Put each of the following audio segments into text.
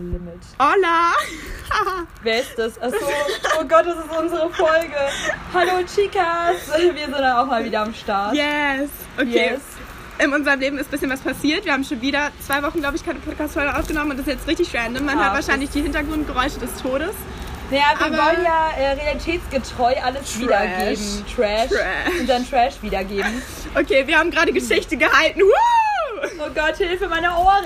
falsch. Hola! Wer ist das? Achso, oh Gott, das ist unsere Folge. Hallo Chicas! Wir sind da auch mal wieder am Start. Yes! Okay. Yes. In unserem Leben ist ein bisschen was passiert. Wir haben schon wieder zwei Wochen, glaube ich, keine Podcast-Folge aufgenommen und das ist jetzt richtig random. Man Ah, hört wahrscheinlich die Hintergrundgeräusche des Todes. Naja, wir Aber- wollen ja äh, realitätsgetreu alles Trash. wiedergeben. Trash. Trash. Und dann Trash wiedergeben. Okay, wir haben gerade Geschichte gehalten. Woo! Oh Gott, Hilfe, meine Ohren!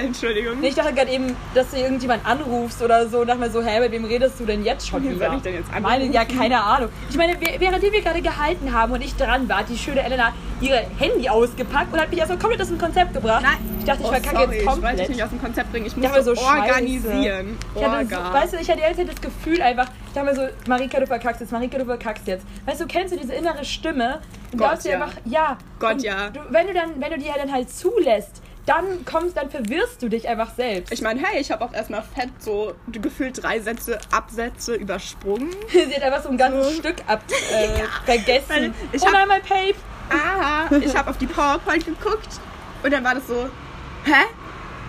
Entschuldigung. Nee, ich dachte gerade eben, dass du irgendjemand anrufst oder so und dachte mir so, hä, mit wem redest du denn jetzt schon Wen wieder? soll ich denn jetzt anrufen? Meine, ja, keine Ahnung. Ich meine, wer- während wir gerade gehalten haben und ich dran war, hat die schöne Elena ihr Handy ausgepackt und hat mich erstmal komplett aus dem Konzept gebracht. Ich dachte, ich oh, verkacke sorry, jetzt ich wollte dich komplett. nicht aus dem Konzept bringen. Ich Ich dachte musste mir so, scheiße. organisieren. Ich hatte so, Orga. weißt du, ich hatte die ganze Zeit das Gefühl einfach, ich dachte mir so, Marika, du verkackst jetzt, Marika, du verkackst jetzt. Weißt du, kennst du diese innere Stimme? Und Gott, glaubst du ja. einfach, ja. Gott, und ja. Du, wenn, du dann, wenn du die ja dann halt zulässt, dann kommst, dann verwirrst du dich einfach selbst. ich meine, hey, ich habe auch erstmal fett so gefühlt drei Sätze, Absätze übersprungen. Sie hat einfach so ein ganzes So. Stück ab, äh, vergessen. Ich oh hab- nein, mein Pape. aha, Ah, ich habe auf die PowerPoint geguckt und dann war das so, hä?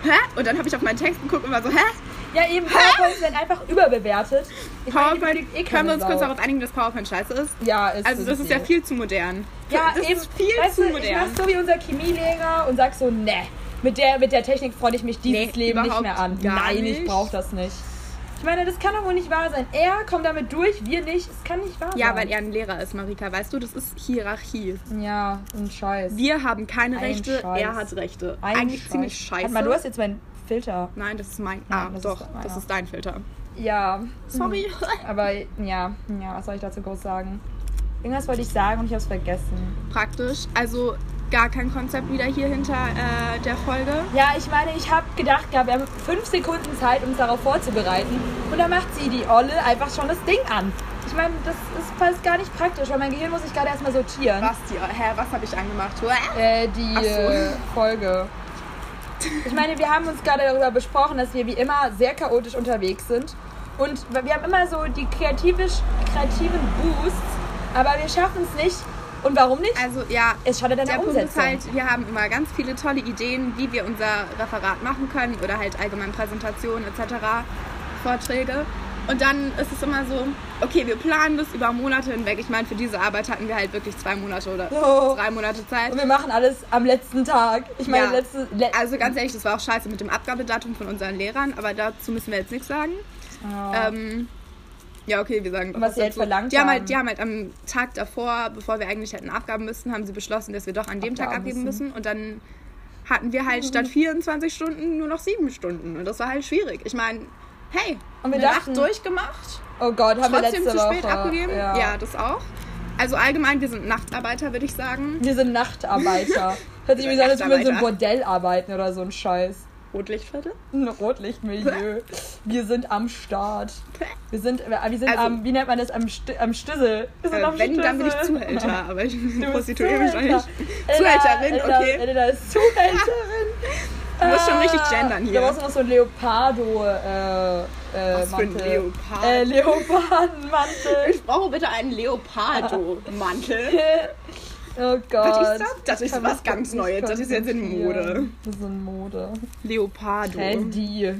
Hä? Und dann habe ich auf meinen Text geguckt und war so, hä? Ja, eben, PowerPoints werden einfach überbewertet. Ich meine, die PowerPoint, kriegt eh können keine wir uns Sau. kurz darauf einigen, dass PowerPoint scheiße ist? Ja, es Also das ist ja viel zu modern. Ja, das eben, ist viel weißt zu du, ich modern. mach so wie unser Chemielehrer und sag so, ne, mit der, mit der Technik freunde ich mich dieses Nee, Leben nicht überhaupt mehr an. gar Nein, ich nicht. brauche das nicht. Ich meine, das kann doch wohl nicht wahr sein. Er kommt damit durch, wir nicht. Es kann nicht wahr Ja, sein. weil er ein Lehrer ist, Marika. Weißt du, das ist Hierarchie. er... Ja, ein Scheiß. Wir haben keine Ein Rechte, Scheiß. er hat Rechte. Ein Eigentlich Scheiß. ziemlich scheiße. Warte mal, du hast jetzt meinen Filter. Nein, das ist mein. Nein, ah, das ist doch, meiner. Mhm. das ist dein Filter. Ja. Sorry. Aber ja, ja, was soll ich dazu groß sagen? Irgendwas wollte ich sagen und ich hab's vergessen. Praktisch. Also gar kein Konzept wieder hier hinter äh, der Folge. Ja, ich meine, ich habe gedacht, gehabt, wir haben fünf Sekunden Zeit, um uns darauf vorzubereiten. Und dann macht sie, die Olle, einfach schon das Ding an. Ich meine, das ist fast gar nicht praktisch, weil mein Gehirn muss sich gerade erstmal sortieren. Was die, hä, was habe ich angemacht? Äh, die Ach so. äh, Folge. Ich meine, wir haben uns gerade darüber besprochen, dass wir wie immer sehr chaotisch unterwegs sind. Und wir haben immer so die kreativisch, kreativen Boosts, aber wir schaffen es nicht. Und warum nicht? Also ja, Es schadet an der der Punkt ist Umsetzung. halt, wir haben immer ganz viele tolle Ideen, wie wir unser Referat machen können oder halt allgemein Präsentationen etc., Vorträge. Und dann ist es immer so, okay, wir planen das über Monate hinweg. Ich meine, für diese Arbeit hatten wir halt wirklich zwei Monate oder Oh. drei Monate Zeit. Und wir machen alles am letzten Tag. Ich meine, Ja. letzte, le Also ganz ehrlich, das war auch scheiße mit dem Abgabedatum von unseren Lehrern, aber dazu müssen wir jetzt nichts sagen. Ja. Ähm, ja, okay, wir sagen. doch Oh. Was sie halt dazu. verlangt die haben. haben. Halt, die haben halt am Tag davor, bevor wir eigentlich hätten abgaben müssen, haben sie beschlossen, dass wir doch an dem Tag Abgaben abgeben müssen. Mhm. müssen. Und dann hatten wir halt statt 24 Stunden nur noch 7 Stunden. Und das war halt schwierig. Ich meine, hey, Und wir eine dachten- Nacht durchgemacht, oh Gott, haben wir trotzdem letzte zu spät Woche. abgegeben. Ja. Ja. das auch. Also allgemein, wir sind Nachtarbeiter, würde ich sagen. Wir sind Nachtarbeiter. Hört sich wie so an, als würden wir in so einem Nachtarbeiter. Bordell arbeiten oder so ein Scheiß. Rotlichtviertel? Ein Rotlichtmilieu. Wir sind am Start. Wir sind, äh, wir sind Also- am, wie nennt man das, am, Sti- am Stüssel. Wir sind Äh, am wenn, dann bin ich Stüssel. Zuhälter, aber ich Du bist prostituiere mich Zuhälter. eigentlich. Zuhälterin, Elena, okay. Elena ist Zuhälterin. Du musst schon richtig Ah, gendern hier. Da brauchst du noch so ein Leopardo, äh, äh, Was für ein Mantel. Leopard? Äh, Leopardenmantel. Ich brauche bitte einen Leopardo-Mantel. oh Gott. Was ist das? Das ist Kann was mich ganz nicht Neues. Das ist jetzt in konzentrieren. Das ist in Mode. Leopardo. Trendy.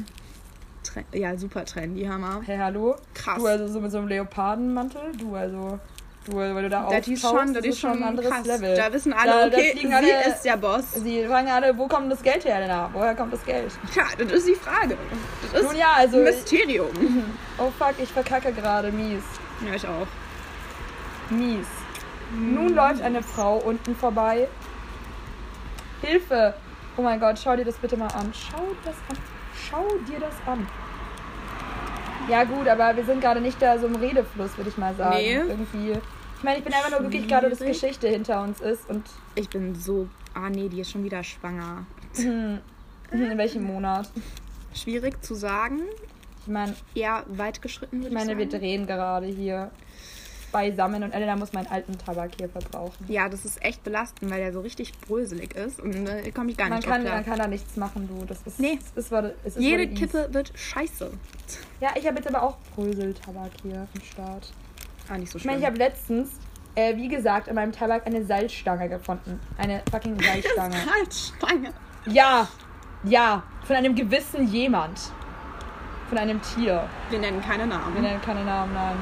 Tre- Ja, super trendy, Hammer. Hey, hallo? Krass. Du also so mit so einem Leopardenmantel? Du also, du, weil du da Das ist auftauchst, schon, das ist schon ein anderes krass. Level. Da wissen Da- alle, da okay, fliegen sie alle- ist der Boss. Sie fragen alle, wo kommt das Geld her, Elena? Woher kommt das Geld? Tja, das ist die Frage. Das ist Nun ja, also, ein Mysterium. oh fuck, ich verkacke gerade, mies. Ja, ich auch. Mies. Nun läuft eine Frau unten vorbei. Hilfe! Oh mein Gott, schau dir das bitte mal an. Schau das an. Schau dir das an. Ja gut, aber wir sind gerade nicht da so im Redefluss, würde ich mal sagen. Nee. Irgendwie. Ich meine, ich bin einfach nur wirklich gerade, dass Schwierig. Geschichte hinter uns ist und Ich bin so. Ah, nee, die ist schon wieder schwanger. hm, in welchem Monat. Schwierig zu sagen. Ich meine, Eher weit geschritten, würde ich ich, meine, wir sagen. drehen gerade hier beisammen und Elena muss meinen alten Tabak hier verbrauchen. ja, das ist echt belastend, weil der so richtig bröselig ist. Und äh, komme ich gar Man nicht kann, drauf klar. man kann da nichts machen, du. Das ist, Nee. es ist, what it- es ist Jede what it is. Kippe wird scheiße. Ja, ich habe jetzt aber auch Bröseltabak hier am Start. Ah, nicht so Ich schlimm. meine, ich habe letztens, äh, wie gesagt, in meinem Tabak eine Salzstange gefunden. Eine fucking Salzstange. Halsstange. ja, ja, von einem gewissen jemand. Von einem Tier. Wir nennen keine Wir Namen. nennen keine Namen, nein.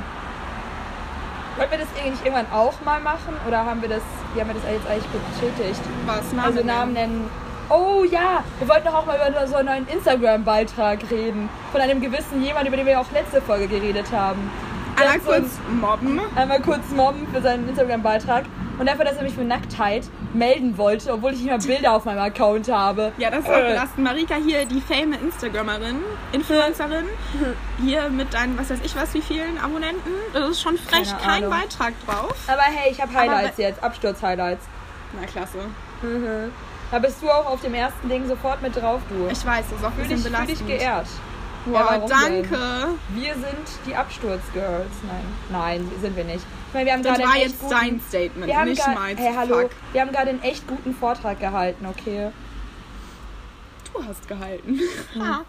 Wollten wir das eigentlich irgendwann auch mal machen oder haben wir das, wie haben wir das jetzt eigentlich betätigt? Was Namen? Also Namen nennen. Oh ja, wir wollten doch auch mal über so einen neuen Instagram-Beitrag reden. Von einem gewissen jemand, über den wir auch letzte Folge geredet haben. Der Einmal hat so einen- kurz mobben. einmal kurz mobben für seinen Instagram-Beitrag. Und dafür, dass er mich für Nacktheit melden wollte, obwohl ich nicht mal Bilder auf meinem Account habe. Ja, das ist auch Äh. belastend. Marika hier, die fame Instagramerin, Influencerin, hier mit deinen, was weiß ich was, wie vielen Abonnenten. Das ist schon frech, Keine kein Ahnung. Beitrag drauf. Aber hey, ich habe Highlights Aber- jetzt, Absturz-Highlights. Na klasse. Da bist du auch auf dem ersten Ding sofort mit drauf, du. Mhm. Ich weiß, das ist auch ein fühle bisschen dich, fühl belastend. dich geehrt. Wow, warum danke. Wir sind die Absturz-Girls. Nein, nein, sind wir nicht. Ich meine, wir haben Das gerade war einen echt jetzt guten, sein Statement, wir haben nicht gar- meins. Hey, hallo. Fuck. Wir haben gerade einen echt guten Vortrag gehalten, okay? Du hast gehalten.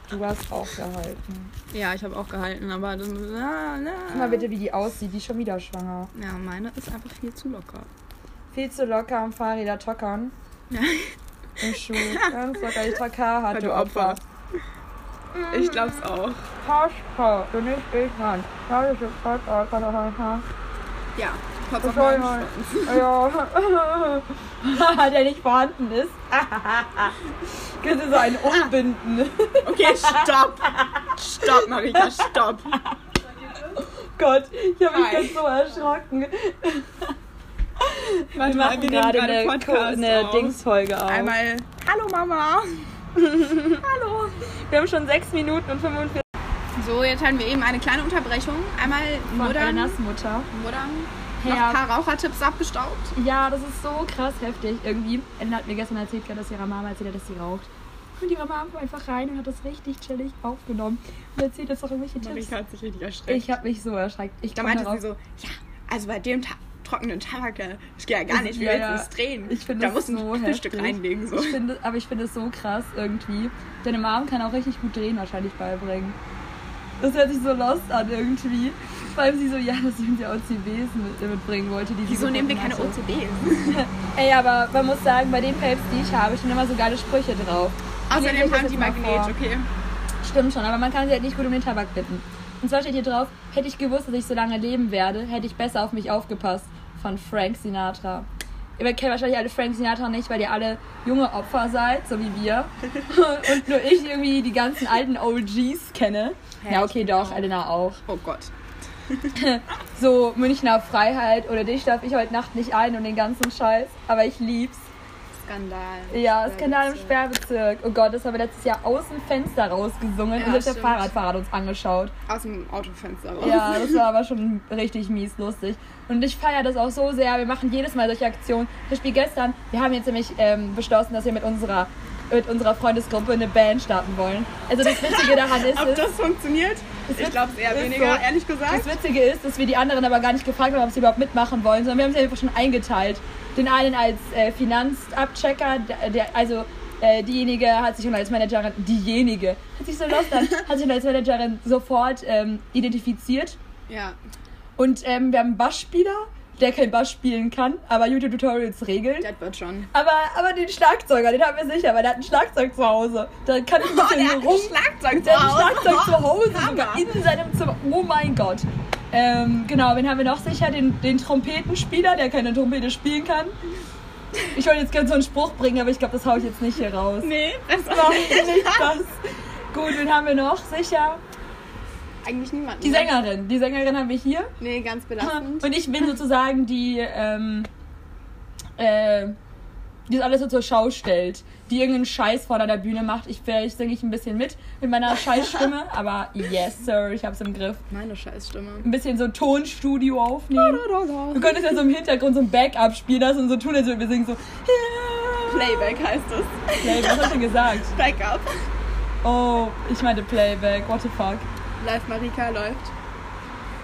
Du hast auch gehalten. Ja, ich habe auch gehalten, aber das, na, na. Guck mal bitte, wie die aussieht. Die ist schon wieder schwanger. Ja, meine ist einfach viel zu locker. Viel zu locker am Fahrräder tockern. Ja. Im Schuh. Ganz locker. Ich trage Haar hat. Du Opfer. Ich glaub's auch. Haarspar. Du nicht ich, Mann. Ja, ich bin fett, aber kann doch nicht sein. Ja, kurz auf soll meinen man? Schwanz. Ja. Der nicht vorhanden ist. Könnte so einen umbinden. Okay, stopp. Stopp, Marika, stopp. Gott, ich habe mich Hi. ganz so erschrocken. Warte mal, wir nehmen gerade einen Podcast eine auf. Dingsfolge auf. Einmal, hallo Mama. Hallo. Wir haben schon 6 Minuten und 45 So, jetzt hatten wir eben eine kleine Unterbrechung. Einmal modern, Mutter. modern noch Ja. ein paar Rauchertipps abgestaubt. Ja, das ist so krass heftig irgendwie. Ellen hat mir gestern erzählt, dass ihre Mama erzählt hat, dass sie raucht. Und ihre Mama kam einfach rein und hat das richtig chillig aufgenommen. Und erzählt jetzt auch irgendwelche Tipps. hat sich richtig erschreckt. Ich habe mich so erschreckt. Ich da komme meinte darauf- sie so, ja, also bei dem Ta trockenen Tabak, äh, ich gehe ja gar Das- nicht, wie ja, willst du ja. es drehen? Ich finde da das muss ein so Stück heftig. reinlegen. So. Ich finde, aber ich finde es so krass irgendwie. Deine Mom kann auch richtig gut drehen wahrscheinlich beibringen. Das hört sich so lost an irgendwie. Vor allem sie so, ja, dass sie uns ja OCBs mit, mitbringen wollte. Die sie Wieso nehmen wir gefunden keine hatte. OCBs? Ey, aber man muss sagen, bei den Papes, die ich habe, stehen immer so geile Sprüche drauf. lese ich Außerdem das haben jetzt die mal Magnet, vor. okay. Stimmt schon, aber man kann sie halt nicht gut um den Tabak bitten. Und zwar steht hier drauf, hätte ich gewusst, dass ich so lange leben werde, hätte ich besser auf mich aufgepasst. Von Frank Sinatra. Ihr kennt wahrscheinlich alle Frank Sinatra nicht, weil ihr alle junge Opfer seid, so wie wir. Und nur ich irgendwie die ganzen alten OGs kenne. Ja, Ja, ich okay, doch, Elena auch. Oh Gott. So, Münchner Freiheit oder dich darf ich heute Nacht nicht ein und den ganzen Scheiß. Aber ich lieb's. Skandal. Ja, Skandal im Sperrbezirk. Oh Gott, das haben wir letztes Jahr aus dem Fenster rausgesungen Ja, und selbst der stimmt. Fahrradfahrer hat uns angeschaut. Aus dem Autofenster raus. Ja, das war aber schon richtig mies lustig. Und ich feiere das auch so sehr. Wir machen jedes Mal solche Aktionen. Zum Beispiel gestern, wir haben jetzt nämlich ähm, beschlossen, dass wir mit unserer, mit unserer Freundesgruppe eine Band starten wollen. Also das Witzige daran ist, Ob ist das funktioniert? Es Ich wird- glaube es eher ist weniger, so. ehrlich gesagt. das Witzige ist, dass wir die anderen aber gar nicht gefragt haben, ob sie überhaupt mitmachen wollen, sondern wir haben sie einfach schon eingeteilt. Den einen als äh, Finanzabchecker, der, der, also äh, diejenige hat sich schon als Managerin, diejenige hat sich so lost, an, hat sich schon als Managerin sofort ähm, identifiziert. Ja. Und ähm, wir haben einen Bassspieler, der kein Bass spielen kann, aber YouTube-Tutorials regelt. Das wird schon. Aber, aber den Schlagzeuger, den haben wir sicher, weil der hat ein Schlagzeug zu Hause. Da kann ich ein bisschen Oh, der hat rum. ein Schlagzeug zu Der hat ein Hause. Schlagzeug zu Hause, Hammer. sogar in seinem Zimmer. Oh mein Gott. Ähm, genau, wen haben wir noch sicher? Den, den Trompetenspieler, der keine Trompete spielen kann. Ich wollte jetzt gerne so einen Spruch bringen, aber ich glaube, das haue ich jetzt nicht hier raus. Nee, das Warum ist nicht das? Gut, wen haben wir noch sicher? eigentlich niemand. Die Ah. Sängerin. Die Sängerin haben wir hier. Nee, ganz belastend. Und ich bin sozusagen die, ähm, äh, die das alles so zur Schau stellt. Die irgendeinen Scheiß vor der Bühne macht. Ich, vielleicht singe ich ein bisschen mit mit meiner Scheißstimme, aber yes, Sir, ich hab's im Griff. Meine Scheißstimme. Ein bisschen so Tonstudio aufnehmen. Wir können es ja so im Hintergrund so ein Backup spielen lassen und so tun, als würden wir singen so. Playback heißt es. Play, was hast du gesagt? Backup. Oh, ich meinte Playback, what the fuck. Live Marika läuft.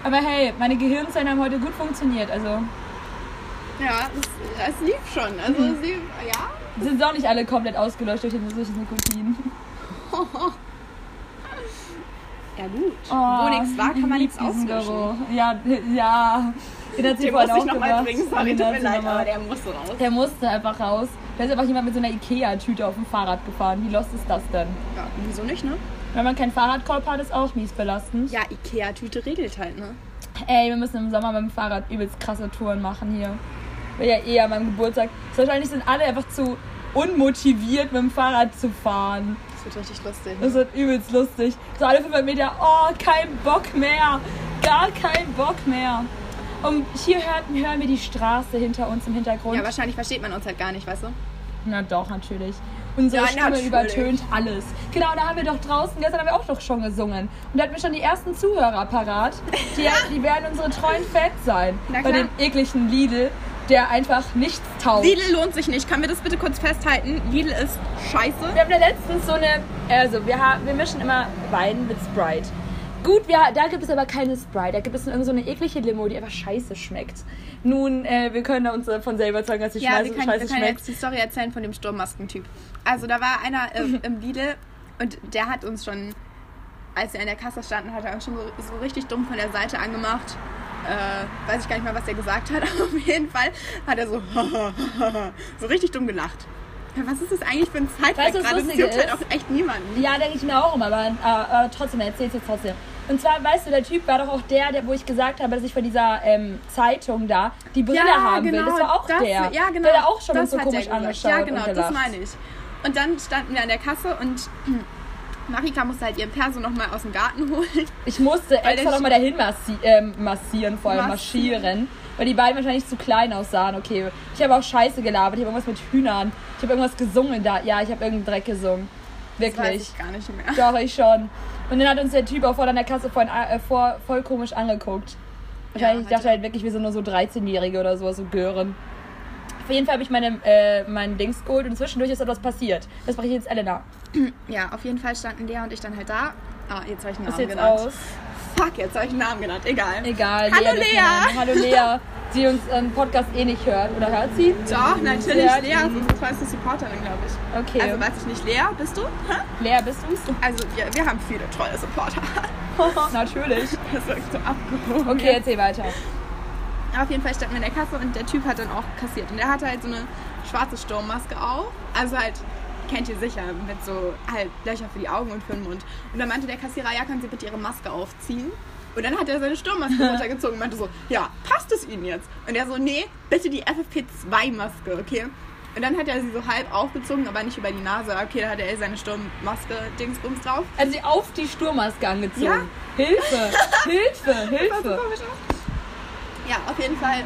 Aber hey, meine Gehirnzellen haben heute gut funktioniert, also. Ja, es, es lief schon. Also Hm. sie, ja. Sind sie auch nicht alle komplett ausgelöscht durch den durch das Nikotin. Ja gut. Oh, Wo nichts war, kann man lieb nichts diesen auslöschen. Garo. Ja, ja. Den hat sie vorhin Den musste auch ich nochmal gemacht. bringen, sorry, Den tut hat mir sie leid, nochmal- aber der musste raus. der musste einfach raus. Da ist einfach jemand mit so einer Ikea-Tüte auf dem Fahrrad gefahren. Wie lost ist das denn? Ja, wieso nicht, ne? Wenn man keinen Fahrradkorb hat, ist auch mies belastend. Ja, Ikea-Tüte regelt halt, ne? Ey, wir müssen im Sommer mit dem Fahrrad übelst krasse Touren machen hier. Will ja eh an meinem Geburtstag. So, Wahrscheinlich sind alle einfach zu unmotiviert, mit dem Fahrrad zu fahren. Das wird richtig lustig. Das wird übelst lustig. So alle 500 Meter, oh, kein Bock mehr. Gar kein Bock mehr. Und hier hört, hören wir die Straße hinter uns im Hintergrund. Ja, wahrscheinlich versteht man uns halt gar nicht, weißt du? Na doch, natürlich. Unsere Ja, Stimme natürlich. übertönt alles. Genau, da haben wir doch draußen, gestern haben wir auch doch schon gesungen. Und da hatten wir schon die ersten Zuhörer parat. Die, die werden unsere treuen Fans sein. Na Bei klar. dem ekligen Lidl, der einfach nichts taugt. Lidl lohnt sich nicht. Können wir das bitte kurz festhalten? Lidl ist scheiße. Wir haben ja letztens so eine, also wir, haben, wir mischen immer Wein mit Sprite. Gut, wir, da gibt es aber keine Sprite, da gibt es irgend so eine eklige Limo, die einfach scheiße schmeckt. Nun, äh, wir können da uns davon selber überzeugen, dass die Ja, wir Scheiße können, wir scheiße können schmeckt. jetzt die Story erzählen von dem Sturmmaskentyp. Also da war einer äh, im Lidl und der hat uns schon, als wir an der Kasse standen, hat er uns schon so, so richtig dumm von der Seite angemacht. Äh, weiß ich gar nicht mal, was er gesagt hat. Auf jeden Fall hat er so so richtig dumm gelacht. Ja, Was ist das eigentlich für ein Zeitpunkt? Weißt du, was Gerade das lustig juckt halt ist? auch echt niemanden. Ja, denke ich mir auch immer, aber, aber trotzdem, erzähl's jetzt trotzdem. Und zwar, weißt du, der Typ war doch auch der, der, wo ich gesagt habe, dass ich von dieser ähm, Zeitung da die Brille ja, haben genau, will. Das war auch das, der. Ja, genau. Der da auch schon das uns so hat komisch der gesagt. angeschaut Ja, genau, und gelacht. das meine ich. Und dann standen wir an der Kasse und Marika musste halt ihren Perso nochmal aus dem Garten holen. Ich musste Weil extra ich- nochmal dahin massi ähm, massieren, vor allem Massieren. marschieren, weil die beiden wahrscheinlich zu klein aussahen. Okay, ich habe auch Scheiße gelabert, ich habe irgendwas mit Hühnern, ich habe irgendwas gesungen da. Ja, ich habe irgendeinen Dreck gesungen. Das weiß Wirklich. ich gar nicht mehr. Doch, ich schon. Und dann hat uns der Typ auch vor der Kasse vorhin, äh, vor, voll komisch angeguckt. Wahrscheinlich hat dachte er. er halt wirklich, wir sind nur so 13-Jährige oder sowas, so Gören. Auf jeden Fall habe ich meine, äh, mein Dings geholt und zwischendurch ist etwas passiert. Das mache ich jetzt Elena. Ja, auf jeden Fall standen Lea und ich dann halt da. Ah, jetzt habe ich einen Ist Namen jetzt genannt. aus. Fuck, jetzt habe ich einen Namen genannt. Egal. Egal. Hallo wir Lea. kennen- Hallo Lea, die uns im Podcast eh nicht hört. Oder hört sie? Doch, natürlich Ja, Lea ist unsere treueste Supporterin, glaube ich. Okay. Also weiß ich nicht, Lea, bist du? Hä? Lea, bist du's? Also wir, wir haben viele treue Supporter. Natürlich. Das wirkt so abgehoben. Okay, erzähl weiter. Auf jeden Fall standen wir in der Kasse und der Typ hat dann auch kassiert. Und der hatte halt so eine schwarze Sturmmaske auf. Also halt, kennt ihr sicher, mit so halt Löcher für die Augen und für den Mund. Und dann meinte der Kassierer, ja, können Sie bitte Ihre Maske aufziehen? Und dann hat er seine Sturmmaske runtergezogen und meinte so, ja, passt es Ihnen jetzt? Und er so, nee, bitte die FFP2-Maske, okay? Und dann hat er sie so halb aufgezogen, aber nicht über die Nase. Okay, da hatte er seine Sturmmaske-Dingsbums drauf. Also sie auf die Sturmmaske angezogen. Ja. Hilfe, Hilfe, Das Hilfe. war komisch aus. Ja, auf jeden Fall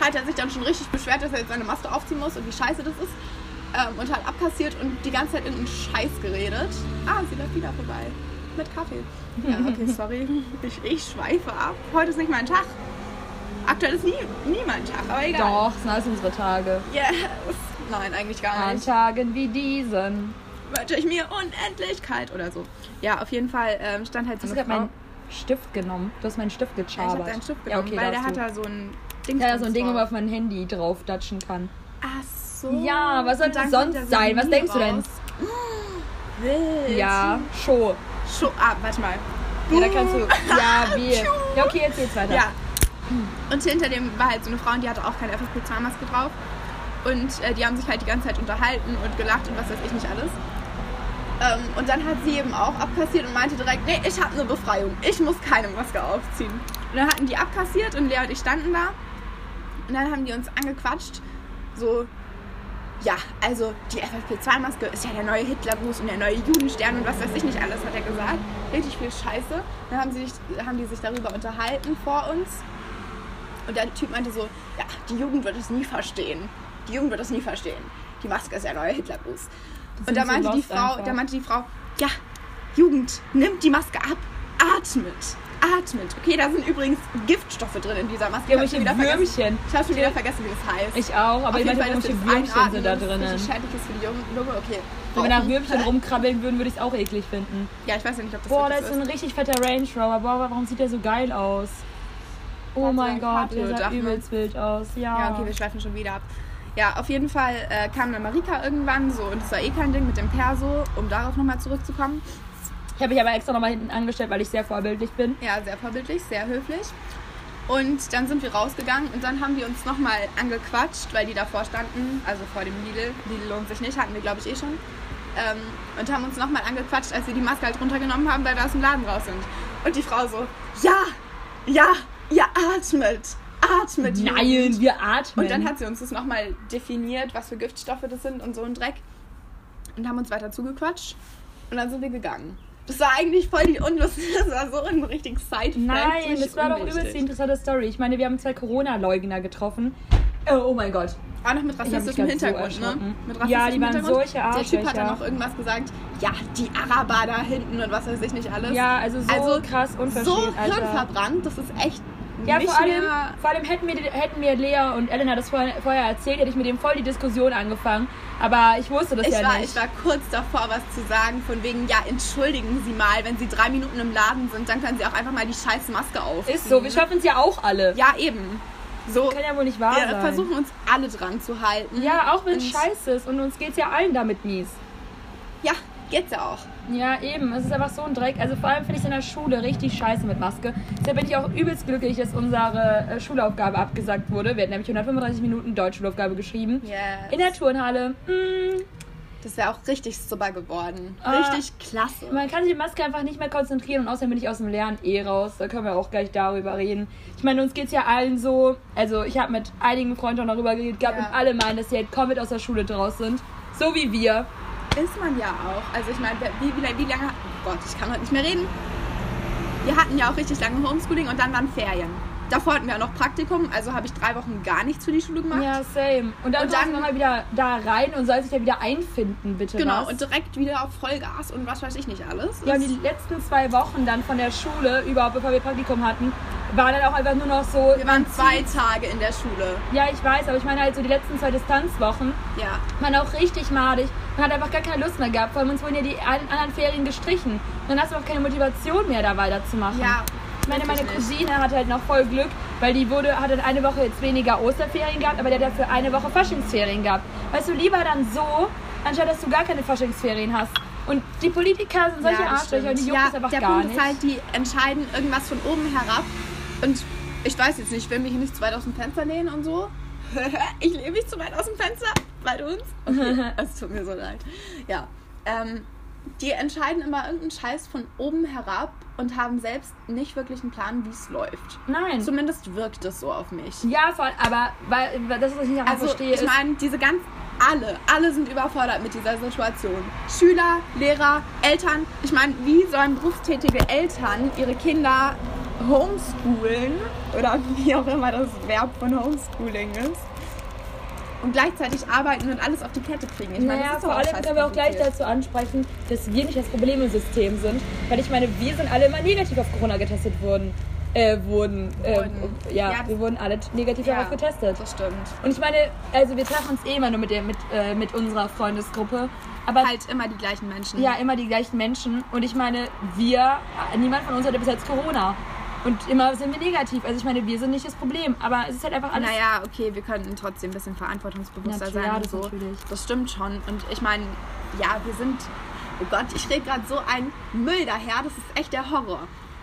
hat er sich dann schon richtig beschwert, dass er jetzt seine Maske aufziehen muss und wie scheiße das ist. Ähm, und hat abkassiert und die ganze Zeit irgendeinen Scheiß geredet. Ah, sie läuft wieder vorbei. Mit Kaffee. Ja, okay, sorry. Ich, ich schweife ab. Heute ist nicht mein Tag. Aktuell ist nie, nie mein Tag, aber egal. Doch, es sind alles unsere Tage. Yes. Nein, eigentlich gar An nicht. Tagen wie diesen. Wünsche ich mir Unendlichkeit oder so. Ja, auf jeden Fall ähm, stand halt so Hast du eine gerade Frau. meinen Stift genommen? Du hast meinen Stift Ja, ich gechabert. habe deinen Stift genommen, ja, okay, weil der darfst hat du. da so ein Ding. ja, so ein Ding, wo drauf. man auf mein Handy drauf datschen kann. Ach so. Ja, was soll Und dann das sonst kommt der sein? Was Souvenir denkst du denn? raus. Wild. Ja, Show. Scho ah, warte mal. Ja, da kannst du. Ja, wie. Ja, okay, jetzt geht's weiter. Ja. Und hinter dem war halt so eine Frau und die hatte auch keine FFP2-Maske drauf. Und äh, die haben sich halt die ganze Zeit unterhalten und gelacht und was weiß ich nicht alles. Ähm, und dann hat sie eben auch abkassiert und meinte direkt, nee, ich habe eine Befreiung. Ich muss keine Maske aufziehen. Und dann hatten die abkassiert und Lea und ich standen da. Und dann haben die uns angequatscht. So, ja, also die FFP2-Maske ist ja der neue Hitlergruß und der neue Judenstern und was weiß ich nicht alles, hat er gesagt. Richtig viel Scheiße. Dann haben, sie sich, haben die sich darüber unterhalten vor uns. Und der Typ meinte so, ja, die Jugend wird es nie verstehen. Die Jugend wird es nie verstehen. Die Maske ist der neue Hitlergruß. Und da so meinte, die lost Frau, einfach. da meinte die Frau, ja, Jugend, nimmt die Maske ab, atmet, atmet. Okay, da sind übrigens Giftstoffe drin in dieser Maske. Ich hab schon Irgendwelche wieder vergessen- Würmchen. ich habe schon wieder vergessen, wie das heißt. Ich auch, aber Auf ich jeden meine, Fall, dass irgendwelche wir das Würmchen sind da einatmen und drinnen. Das schädlich ist für die Jungen- Lunge, okay. Wenn wir nach Rauchen. Würmchen rumkrabbeln würden, würde ich es auch eklig finden. Ja, ich weiß ja nicht, ob das Boah, da wirklich ist so so ein richtig fetter Range Rover. Boah, warum sieht der so geil aus? Oh Hat mein so ein Gott, der Cabrio-Dach, sah ne? übelst wild aus. Ja. Ja, okay, wir schweifen schon wieder ab. Ja, auf jeden Fall äh, kam dann Marika irgendwann so und es war eh kein Ding mit dem Perso, um darauf nochmal zurückzukommen. Ich habe mich aber extra nochmal hinten angestellt, weil ich sehr vorbildlich bin. Ja, sehr verbildlich, sehr höflich. Und dann sind wir rausgegangen und dann haben die uns nochmal angequatscht, weil die davor standen, also vor dem Lidl. Lidl lohnt sich nicht, hatten wir glaube ich eh schon. ähm, und haben uns nochmal angequatscht, als wir die Maske halt runtergenommen haben, weil wir aus dem Laden raus sind. Und die Frau so, ja, ja, ihr atmet, atmet. Jugend." Nein, wir atmen. Und dann hat sie uns das nochmal definiert, was für Giftstoffe das sind und so ein Dreck. Und haben uns weiter zugequatscht. Und dann sind wir gegangen. Das war eigentlich voll die unlustige, das war so ein richtig side Nein, das war doch übelst die interessante Story. Ich meine, wir haben zwei Corona-Leugner getroffen. Oh, oh mein Gott. Auch noch mit mich rassistischem ganz so Hintergrund, ne? erschrocken. Mit Ja, die waren Hintergrund. solche Der Typ hat dann Arschlöcher. noch irgendwas gesagt. Ja, die Araber da hinten und was weiß ich nicht alles. Ja, also so Also, krass unverschämt, so Alter. hirnverbrannt, das ist echt Ja, nicht vor allem, mehr... vor allem hätten, wir, hätten mir Lea und Elena das vorher, vorher erzählt, hätte ich mit dem voll die Diskussion angefangen. Aber ich wusste das Ich ja war, nicht. ich war kurz davor, was zu sagen, von wegen, ja, entschuldigen Sie mal, wenn Sie drei Minuten im Laden sind, dann können Sie auch einfach mal die scheiß Maske auf. Ist so, wir schaffen es ja auch alle. Ja, eben. So, Kann ja wohl nicht wahr wir sein. versuchen uns alle dran zu halten. Ja, auch wenn es Und- scheiße ist und uns geht's ja allen damit mies. Ja, geht's ja auch. Ja, eben. Es ist einfach so ein Dreck. Also vor allem finde ich es in der Schule richtig scheiße mit Maske. Deshalb bin ich auch übelst glücklich, dass unsere äh, Schulaufgabe abgesagt wurde. Wir hatten nämlich 135 Minuten Deutschschulaufgabe geschrieben. Yes. In der Turnhalle. Mm, das wäre auch richtig super geworden. Ah. Richtig klasse. man kann sich mit Maske einfach nicht mehr konzentrieren und außerdem bin ich aus dem Lernen eh raus. Da können wir auch gleich darüber reden. Ich meine, uns geht's ja allen so. Also ich habe mit einigen Freunden schon darüber geredet gehabt Ja. und alle meinen, dass sie halt komplett aus der Schule draus sind. So wie wir. Ist man ja auch. Also ich meine, wie, wie, wie lange... Oh Gott, ich kann heute nicht mehr reden. Wir hatten ja auch richtig lange Homeschooling und dann waren Ferien. Davor hatten wir auch noch Praktikum, also habe ich drei Wochen gar nichts für die Schule gemacht. Ja, same. Und dann, Und kommt dann- man mal wieder da rein und soll sich da wieder einfinden, bitte. Genau, was. und direkt wieder auf Vollgas und was weiß ich nicht alles. Ja, und Das- die letzten zwei Wochen dann von der Schule, überhaupt bevor wir Praktikum hatten, war dann auch einfach nur noch so. wir waren zwei Tage in der Schule. Ja, ich weiß, aber ich meine halt so die letzten zwei Distanzwochen Ja. waren auch richtig madig. Man hat einfach gar keine Lust mehr gehabt. Vor allem uns wurden ja die an- anderen Ferien gestrichen. Und dann hast du auch keine Motivation mehr, da weiterzumachen. Ja. Ich meine, meine wirklich nicht. Cousine hatte halt noch voll Glück, weil die wurde, hat dann eine Woche jetzt weniger Osterferien gehabt, aber die hat dafür eine Woche Faschingsferien gehabt. Weißt du, lieber dann so, anstatt dass du gar keine Faschingsferien hast. Und die Politiker sind solche ja, das Arschlöcher und die stimmt. juckt ja, es einfach der gar Punkt nicht. Ist halt, die entscheiden irgendwas von oben herab. Und ich weiß jetzt nicht, ich will mich nicht zu weit aus dem Fenster lehnen und so. ich lehne mich zu weit aus dem Fenster bei uns. Okay, es tut mir so leid. Ja. Ähm, die entscheiden immer irgendeinen Scheiß von oben herab und haben selbst nicht wirklich einen Plan, wie es läuft. Nein. Zumindest wirkt es so auf mich. ja, voll, aber weil, weil das, was ich nicht einfach Also verstehe, ich meine, diese ganz alle, alle sind überfordert mit dieser Situation. Schüler, Lehrer, Eltern. Ich meine, wie sollen berufstätige Eltern ihre Kinder homeschoolen oder wie auch immer das Verb von Homeschooling ist und gleichzeitig arbeiten und alles auf die Kette kriegen. Ich ist, meine, naja, das ist doch vor allem scheiß können wir auch gleich kompliziert. dazu ansprechen, dass wir nicht das Problem im System sind. Weil ich meine, wir sind alle immer negativ auf Corona getestet worden. Äh, wurden. Äh, Wurden. ja, Ja, das- wir wurden alle t- negativ Ja, darauf getestet. Das stimmt. Und ich meine, also wir treffen uns eh immer nur mit, der, mit, äh, mit unserer Freundesgruppe. Aber Halt immer die gleichen Menschen. ja, immer die gleichen Menschen. Und ich meine, wir, niemand von uns hatte bis jetzt Corona. Und immer sind wir negativ. Also ich meine, wir sind nicht das Problem. Aber es ist halt einfach alles Naja, okay, wir könnten trotzdem ein bisschen verantwortungsbewusster Natürlich, sein. ja, und das so. natürlich. das stimmt schon. Und ich meine, ja, wir sind. Oh Gott, ich rede gerade so ein Müll daher. Das ist echt der Horror.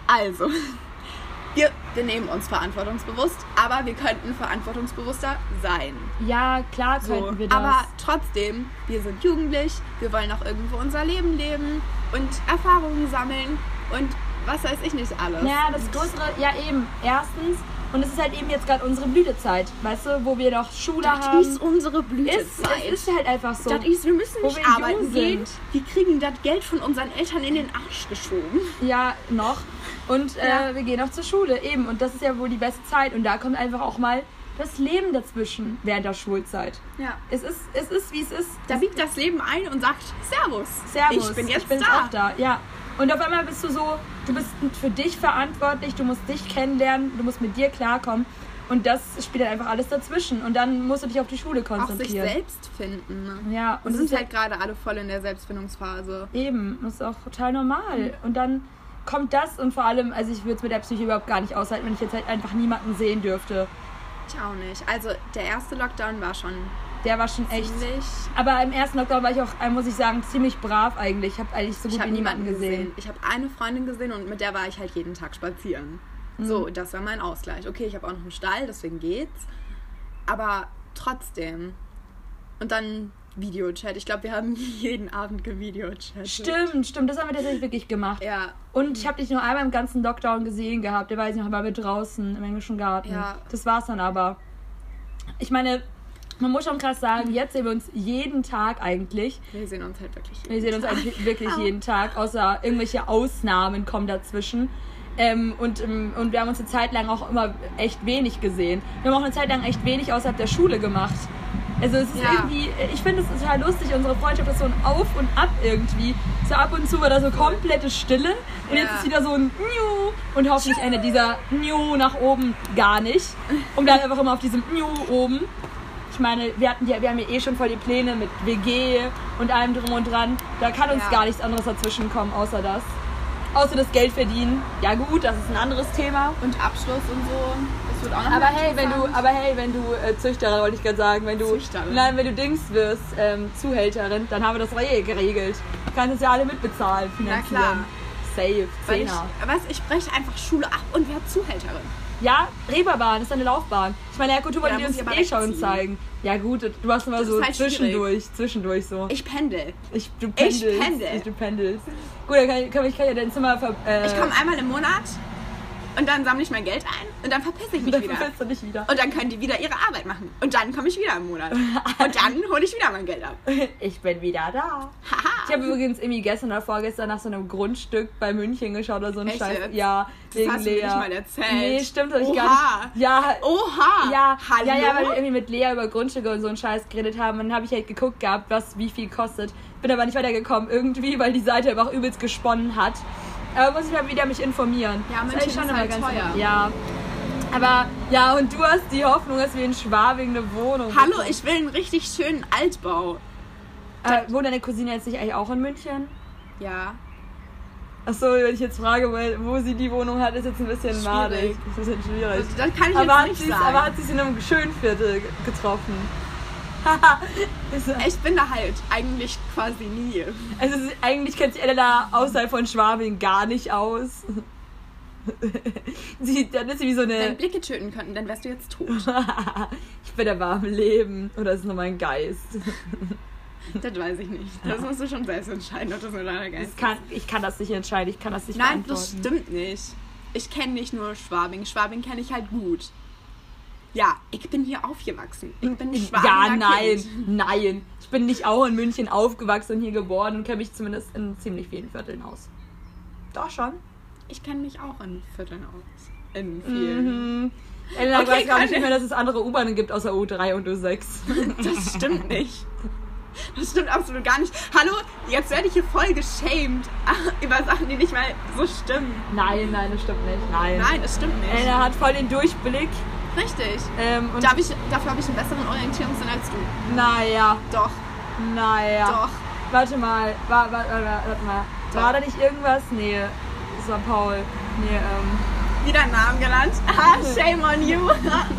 Also, wir, wir nehmen uns verantwortungsbewusst, aber wir könnten verantwortungsbewusster sein. Ja, klar So. könnten wir das. Aber trotzdem, wir sind jugendlich, wir wollen auch irgendwo unser Leben leben und Erfahrungen sammeln und was weiß ich nicht alles. ja, das größere, ja eben, erstens, und es ist halt eben jetzt gerade unsere Blütezeit, weißt du, wo wir noch Schule das haben. ist unsere ist, Blütezeit. es ist halt einfach so. Das ist, wir müssen Wo nicht wir jung arbeiten sind. gehen. Wir kriegen das Geld von unseren Eltern in den Arsch geschoben. Ja, noch. Und äh, Ja. wir gehen auch zur Schule, eben. Und das ist ja wohl die beste Zeit. Und da kommt einfach auch mal das Leben dazwischen während der Schulzeit. Ja. Es ist, es ist wie es ist. Da biegt das Leben ein und sagt Servus. Servus. Ich bin jetzt ich bin da. auch da. Ja. Und auf einmal bist du so, du bist für dich verantwortlich, du musst dich kennenlernen, du musst mit dir klarkommen. Und das spielt halt einfach alles dazwischen. Und dann musst du dich auf die Schule Auch sich konzentrieren. selbst finden. Ne? Ja, Und es sind ist halt gerade alle voll in der Selbstfindungsphase. Eben, das ist auch total normal. Und dann kommt das und vor allem, also ich würde es mit der Psyche überhaupt gar nicht aushalten, wenn ich jetzt halt einfach niemanden sehen dürfte. Ich auch nicht. Also der erste Lockdown war schon Der war schon echt. ziemlich. Aber im ersten Lockdown war ich auch, äh, muss ich sagen, ziemlich brav eigentlich. Ich habe eigentlich so Ich gut habe wie niemanden gesehen. Ich habe eine Freundin gesehen und mit der war ich halt jeden Tag spazieren. Mhm. So, das war mein Ausgleich. Okay, ich habe auch noch einen Stall, deswegen geht's. Aber trotzdem. Und dann Videochat. Ich glaube, wir haben jeden Abend gevideochat. Stimmt, stimmt, das haben wir tatsächlich wirklich gemacht. Ja, Und ich habe dich nur einmal im ganzen Lockdown gesehen gehabt. Da weiß ich noch, waren wir draußen im englischen Garten. Ja. Das war's dann aber. Ich meine, man muss schon krass sagen, jetzt sehen wir uns jeden Tag eigentlich. wir sehen uns halt wirklich. Wir jeden sehen uns Tag. eigentlich wirklich Au. jeden Tag, außer irgendwelche Ausnahmen kommen dazwischen. Ähm, und, ähm, und wir haben uns eine Zeit lang auch immer echt wenig gesehen. Wir haben auch eine Zeit lang echt wenig außerhalb der Schule gemacht. Also es ist Ja. irgendwie, ich finde es total lustig, unsere Freundschaft ist so ein Auf und Ab irgendwie. So ab und zu war da so komplette Stille und jetzt Ja. ist wieder so ein New und hoffentlich endet dieser New nach oben gar nicht und bleibt einfach immer auf diesem New oben. Ich meine, wir, hatten ja, wir haben ja eh schon voll die Pläne mit WG und allem drum und dran. Da kann uns Ja. gar nichts anderes dazwischen kommen, außer das. Außer das Geld verdienen. Ja gut, das ist ein anderes Thema. Und Abschluss und so. Das wird auch noch Aber mal hey, wenn du, interessant. aber hey, wenn du äh, Züchterin, wollte ich gerade sagen, wenn du, Züchterin. nein, wenn du Dings wirst, ähm, Zuhälterin, dann haben wir das doch eh geregelt. Du kannst es ja alle mitbezahlen, finanzieren. klar. Safe, Weil ich, Zehner. was, ich breche einfach Schule ab und werde Zuhälterin. Ja, Reeperbahn ist eine Laufbahn. Ich meine, Herr Kultur wollte Ja, dir muss uns ich aber eh schon wegziehen. zeigen. Ja gut, du warst immer Das so ist halt schwierig. zwischendurch, zwischendurch so. Ich pendel. Ich, du Ich pendelst. pendel. Ich, du pendelst. Gut, dann kann ich, kann, ich kann ja dein Zimmer ver... Äh, Ich komme einmal im Monat und dann sammle ich mein Geld ein und dann verpisse ich mich dann wieder. verfällst du nicht wieder. Und dann können die wieder ihre Arbeit machen. Und dann komme ich wieder im Monat. Und dann hole ich wieder mein Geld ab. Ich bin wieder da. Haha. Ich habe übrigens irgendwie gestern oder vorgestern nach so einem Grundstück bei München geschaut oder so ein Echt Scheiß. jetzt? Ja, wegen hast du mir Lea. nicht mal erzählt. Nee, stimmt, hab ich Oha. gar nicht. Ja, Oha! ja, Hallo? ja, ja, weil wir irgendwie mit Lea über Grundstücke und so einen Scheiß geredet haben. Und dann habe ich halt geguckt gehabt, was wie viel kostet. Bin aber nicht weitergekommen irgendwie, weil die Seite einfach übelst gesponnen hat. Aber muss ich mal wieder mich informieren. Ja, Das München eigentlich ist halt teuer. Ja. Aber ja, und du hast die Hoffnung, dass wir in Schwabing eine Wohnung Hallo, bekommen. ich will einen richtig schönen Altbau. Äh, wohnt deine Cousine jetzt nicht eigentlich auch in München? Ja. Achso, wenn ich jetzt frage, wo, wo sie die Wohnung hat, ist jetzt ein bisschen Schwierig. madig. Ist ein bisschen schwierig. Also, Das, das kann ich Aber hat, jetzt sie nicht es, sagen. aber hat sie es in einem schönen Viertel ge- getroffen. Ist- ich bin da halt eigentlich quasi nie. also sie- eigentlich kennt sich Elena außerhalb von Schwabing gar nicht aus. sie, dann ist sie wie so Wenn eine... Blicke töten könnten, dann wärst du jetzt tot. ich bin aber am Leben. Oder ist es nur mein Geist? Das weiß ich nicht. Das musst du schon selbst entscheiden, ob das nur deiner Geist Ich kann, ich kann das nicht entscheiden. Ich kann das nicht Nein, das beantworten. stimmt nicht. Ich kenne nicht nur Schwabing. Schwabing kenne ich halt gut. Ja, ich bin hier aufgewachsen. Ich bin Schwabing. Ja, nein, nein. Ich bin nicht auch in München aufgewachsen und hier geboren und kenne mich zumindest in ziemlich vielen Vierteln aus. Doch schon. Ich kenne mich auch in Vierteln aus. In vielen. Mhm. Elena Okay, weiß gar nicht keine. mehr, dass es andere U-Bahnen gibt außer U3 und U6. Das stimmt nicht. Das stimmt absolut gar nicht. Hallo, jetzt werde ich hier voll geschämt über Sachen, die nicht mal so stimmen. Nein, nein, das stimmt nicht. Nein. Nein, das stimmt nicht. Elena hat voll den Durchblick. Richtig. Ähm, und Da hab ich, dafür habe ich einen besseren Orientierungssinn als du. naja, Doch, naja. doch. Warte mal, war, war, war, war, warte mal. Doch. War da nicht irgendwas? Nee, St. Paul. Nee, ähm. Wieder einen Namen genannt. Ah, shame on you.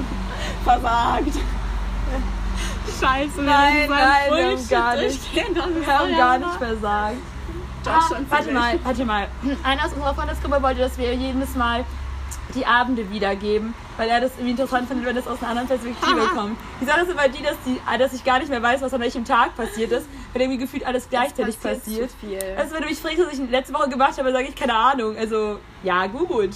Versagt. Scheiße, Nein, nein, wir haben gar Wir Wir haben gar nicht versagt. Doch, Ah, schon warte ziemlich. mal, warte mal. Einer aus unserer Freundesgruppe wollte, dass wir jedes Mal die Abende wiedergeben, weil er das irgendwie interessant findet, wenn das aus einer anderen Perspektive Aha. kommt. Die Sache ist immer die, dass, die, ah, dass ich gar nicht mehr weiß, was an welchem Tag passiert ist, weil irgendwie gefühlt alles gleichzeitig passiert. zu viel. Also wenn du mich fragst, was ich letzte Woche gemacht habe, sage ich keine Ahnung. Also ja, gut.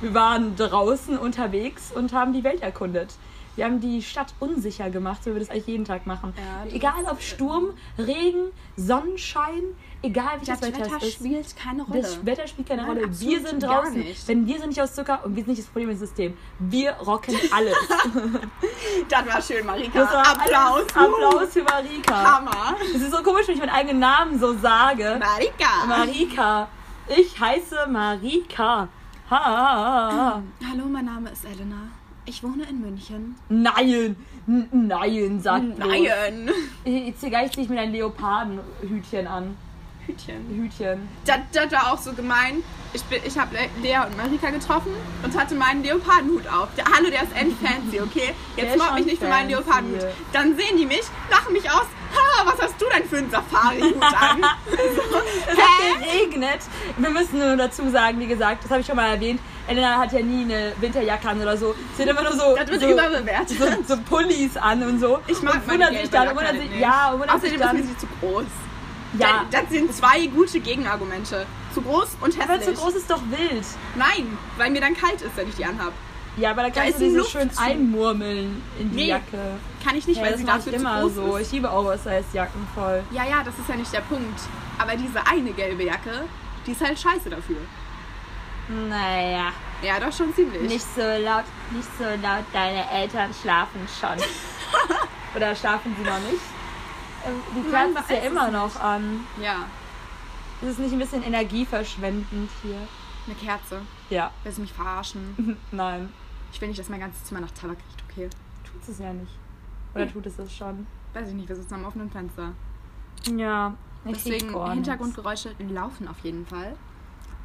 Wir waren draußen unterwegs und haben die Welt erkundet. Wir haben die Stadt unsicher gemacht, so wie wir das eigentlich jeden Tag machen. Ja, das egal ob Sturm, Regen, Sonnenschein, egal wie das das, Wetter Wetter es ist. spielt keine Rolle. Das Wetter spielt keine Nein, Rolle. Wir absolut sind gar draußen. nicht. Wenn wir sind nicht aus Zucker und wir sind nicht das Problem im System. Wir rocken alles. Das war schön, Marika. Das war Applaus. Alles. Applaus für Marika. Hammer. Es ist so komisch, wenn ich meinen eigenen Namen so sage. Marika. Marika. Ich heiße Marika. Ha, ha, ha, ha. Hallo, mein Name ist Elena. Ich wohne in München. Nein, N- nein, sagt bloß. Nein. Ich- Jetzt zeige ich dich mit einem Leopardenhütchen an. Hütchen. Hütchen. Das, das war auch so gemein. Ich, bin- ich habe Lea und Marika getroffen und hatte meinen Leopardenhut auf. Der, hallo, der ist end fancy, okay? Der Jetzt ist mobbt mich schon nicht für meinen fancy. Leopardenhut. Dann sehen die mich, lachen mich aus. Ha, was hast du denn für einen Safari-Hut an? Es hat geregnet. Wir müssen nur dazu sagen, wie gesagt, das habe ich schon mal erwähnt. Elena hat ja nie eine Winterjacke an oder so. Sie hat immer nur so, Das wird so, überbewertet. so, so Pullis an und so. Ich mag und meine wundert sich gelbe dann, Jacke wundert halt sich, nicht. ja, wundert sich Außerdem ist dann. mir sie zu groß. ja, Da- Das sind zwei gute Gegenargumente. Zu groß und aber hässlich. zu groß ist doch wild. Nein, weil mir dann kalt ist, wenn ich die anhab. Ja, aber da ist kannst ein du dich so schön Luftzug. einmurmeln in die Nee, Jacke. Kann ich nicht, Ja, weil das sie mache ich dafür zu immer groß so. ist. Ich liebe Oversize-Jacken voll. Ja, ja, das ist ja nicht der Punkt. Aber diese eine gelbe Jacke, die ist halt scheiße dafür. Naja, Ja, doch schon ziemlich. nicht so laut, nicht so laut. Deine Eltern schlafen schon. Oder schlafen sie noch nicht? Ähm, Die Man Kerze ist ja weiß es immer noch an. Ja, Ist es nicht ein bisschen energieverschwendend hier? eine Kerze. Ja. Willst du mich verarschen? Nein. Ich will nicht, dass mein ganzes Zimmer nach Tabak riecht, okay? Tut es ja nicht. Oder tut es es schon? Weiß ich nicht, wir sitzen am offenen Fenster. Ja. Ich Deswegen Hintergrundgeräusche laufen auf jeden Fall.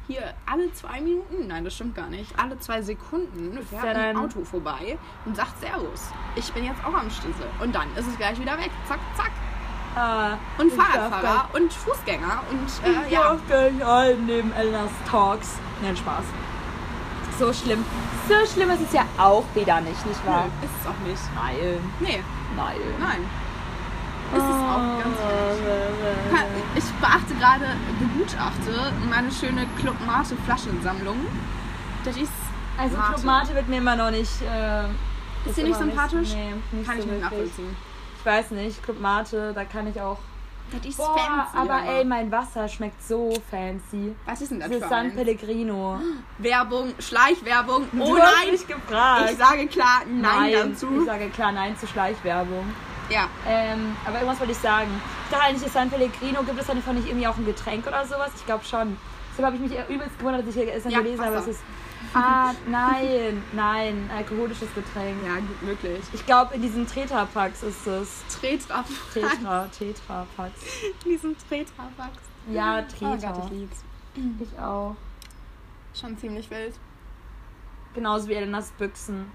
Hier alle zwei Minuten, nein, das stimmt gar nicht. Alle zwei Sekunden fährt ja ein dann- Auto vorbei und sagt Servus. Ich bin jetzt auch am Stiesel. Und dann ist es gleich wieder weg. Zack, zack. Ah, Und ich darf Fahrradfahrer und Fußgänger und gar- äh, Ich ja. darf gar nicht ein neben Elnas Talks. Nein, Spaß. So schlimm. So schlimm ist es ja auch wieder nicht, nicht wahr? Nö, Ist es auch nicht. Nein. Nee, Nein. nein. Ist es auch ganz Ka- Ich beachte gerade, begutachte meine schöne Club Mate Flaschensammlung. Das ist. Also Mate. Tomate wird mir immer noch nicht. Äh, Ist sie nicht immer sympathisch? nee, nicht Kann so ich wirklich. nicht nachvollziehen. Ich weiß nicht, Club Mate, da kann ich auch. Das ist Boah, fancy. aber ey, mein Wasser schmeckt so fancy. Was ist denn das Das ist für San ein? Pellegrino. Werbung, Schleichwerbung. Oh du hast nein! mich gefragt. Ich sage klar Nein, Ich dazu. sage klar Nein zu Schleichwerbung. Ja, Ähm, aber irgendwas wollte ich sagen. Ich dachte eigentlich, ist San Pellegrino, gibt es dann von nicht irgendwie auch ein Getränk oder sowas? Ich glaube schon. Deshalb habe ich mich übelst gewundert, dass ich es dann Ja, gelesen habe. Wasser. Es ist, ah, nein, nein, alkoholisches Getränk. ja, gut möglich. Ich glaube, in diesen Tetra-Packs ist es. Tret ab. Tetra, Tetra-Packs. Diesen Tretabwachs. Ja, Oh Tetra. Gott, ich lieb's. ich auch. Schon ziemlich wild. Genauso wie Elenas Büchsen.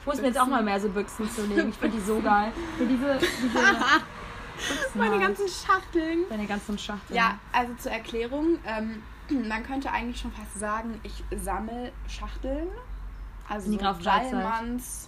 Ich muss mir jetzt auch mal mehr so Büchsen zulegen. Ich finde die so geil. Für diese, diese Büchsen Meine halt. ganzen Schachteln. Deine ganzen Schachteln. Ja, also zur Erklärung, ähm, man könnte eigentlich schon fast sagen, ich sammel Schachteln. Also In die so Graf Freizeit. Wallmanns.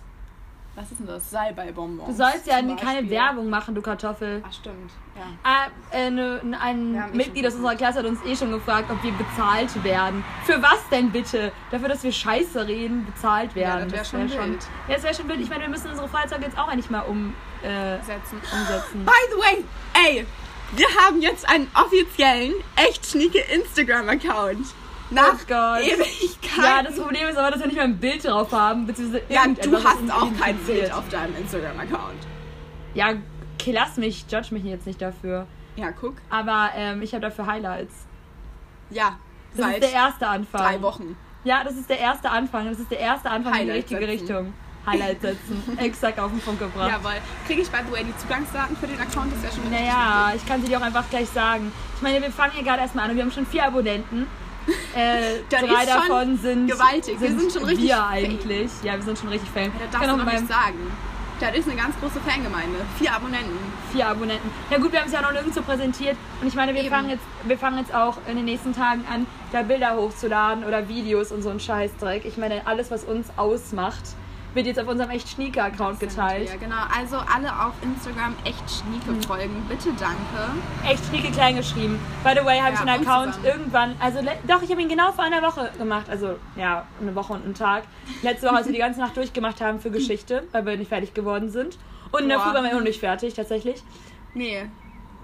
Was ist denn das? Salbeibonbons. Du sollst ja zum keine Beispiel. Werbung machen, du Kartoffel. Ah, stimmt. Ja. Ah, äh, ne, ne, ein Wir haben eh Mitglied schon- aus unserer Klasse hat uns eh schon gefragt, ob wir bezahlt werden. Für was denn bitte? Dafür, dass wir scheiße reden, bezahlt Ja, werden. das wär schon wild. Ja, das wäre schon wild. Ich meine, wir müssen unsere Freizeit jetzt auch endlich mal um, äh, Setzen. umsetzen. By the way, ey, wir haben jetzt einen offiziellen, echt schnieke Instagram-Account. Nach Oh Gott. Ewigkeiten. Ja, das Problem ist aber, dass wir nicht mal ein Bild drauf haben, beziehungsweise Ja, irgendetwas, du was hast uns auch kein Bild identifiziert. auf deinem Instagram-Account. Ja, okay, lass mich, judge mich jetzt nicht dafür. Ja, guck. Aber ähm, ich habe dafür Highlights. Ja, Das ist seit der erste Anfang. drei Wochen. Ja, das ist der erste Anfang. Das ist der erste Anfang in die Highlight richtige setzen. Richtung. Highlight setzen. Exakt auf den Punkt gebracht. Jawohl. Kriege ich by the way die Zugangsdaten für den Account? Das ist ja schon richtig naja, ich kann sie dir auch einfach gleich sagen. Ich meine, wir fangen hier gerade erstmal an und wir haben schon vier Abonnenten. Äh, Das drei ist schon davon sind gewaltig. Wir sind schon richtig wir fame. eigentlich. Ja, wir sind schon richtig fame. Ja, Ich das darfst kann du auch noch mit meinem nicht sagen. Das ist eine ganz große Fangemeinde. Vier Abonnenten. vier Abonnenten. Ja gut, wir haben es ja noch nirgendwo präsentiert. Und ich meine, wir Eben. fangen, jetzt, wir fangen jetzt auch in den nächsten Tagen an, da Bilder hochzuladen oder Videos und so ein Scheißdreck. Ich meine, alles, was uns ausmacht, wird jetzt auf unserem echt Schnieker-Account geteilt. Hm. Ja, genau. Also alle auf Instagram echt Schnieke folgen. Bitte danke. Echt Schnieke klein geschrieben. By the way, habe Ja, ich einen und Account zusammen. irgendwann, also le- doch, ich habe ihn genau vor einer Woche gemacht. Also ja, eine Woche und einen Tag. Letzte Woche, als wir die ganze Nacht durchgemacht haben für Geschichte, weil wir nicht fertig geworden sind. Und in der Boah. Früh waren wir immer noch nicht fertig, tatsächlich. Nee.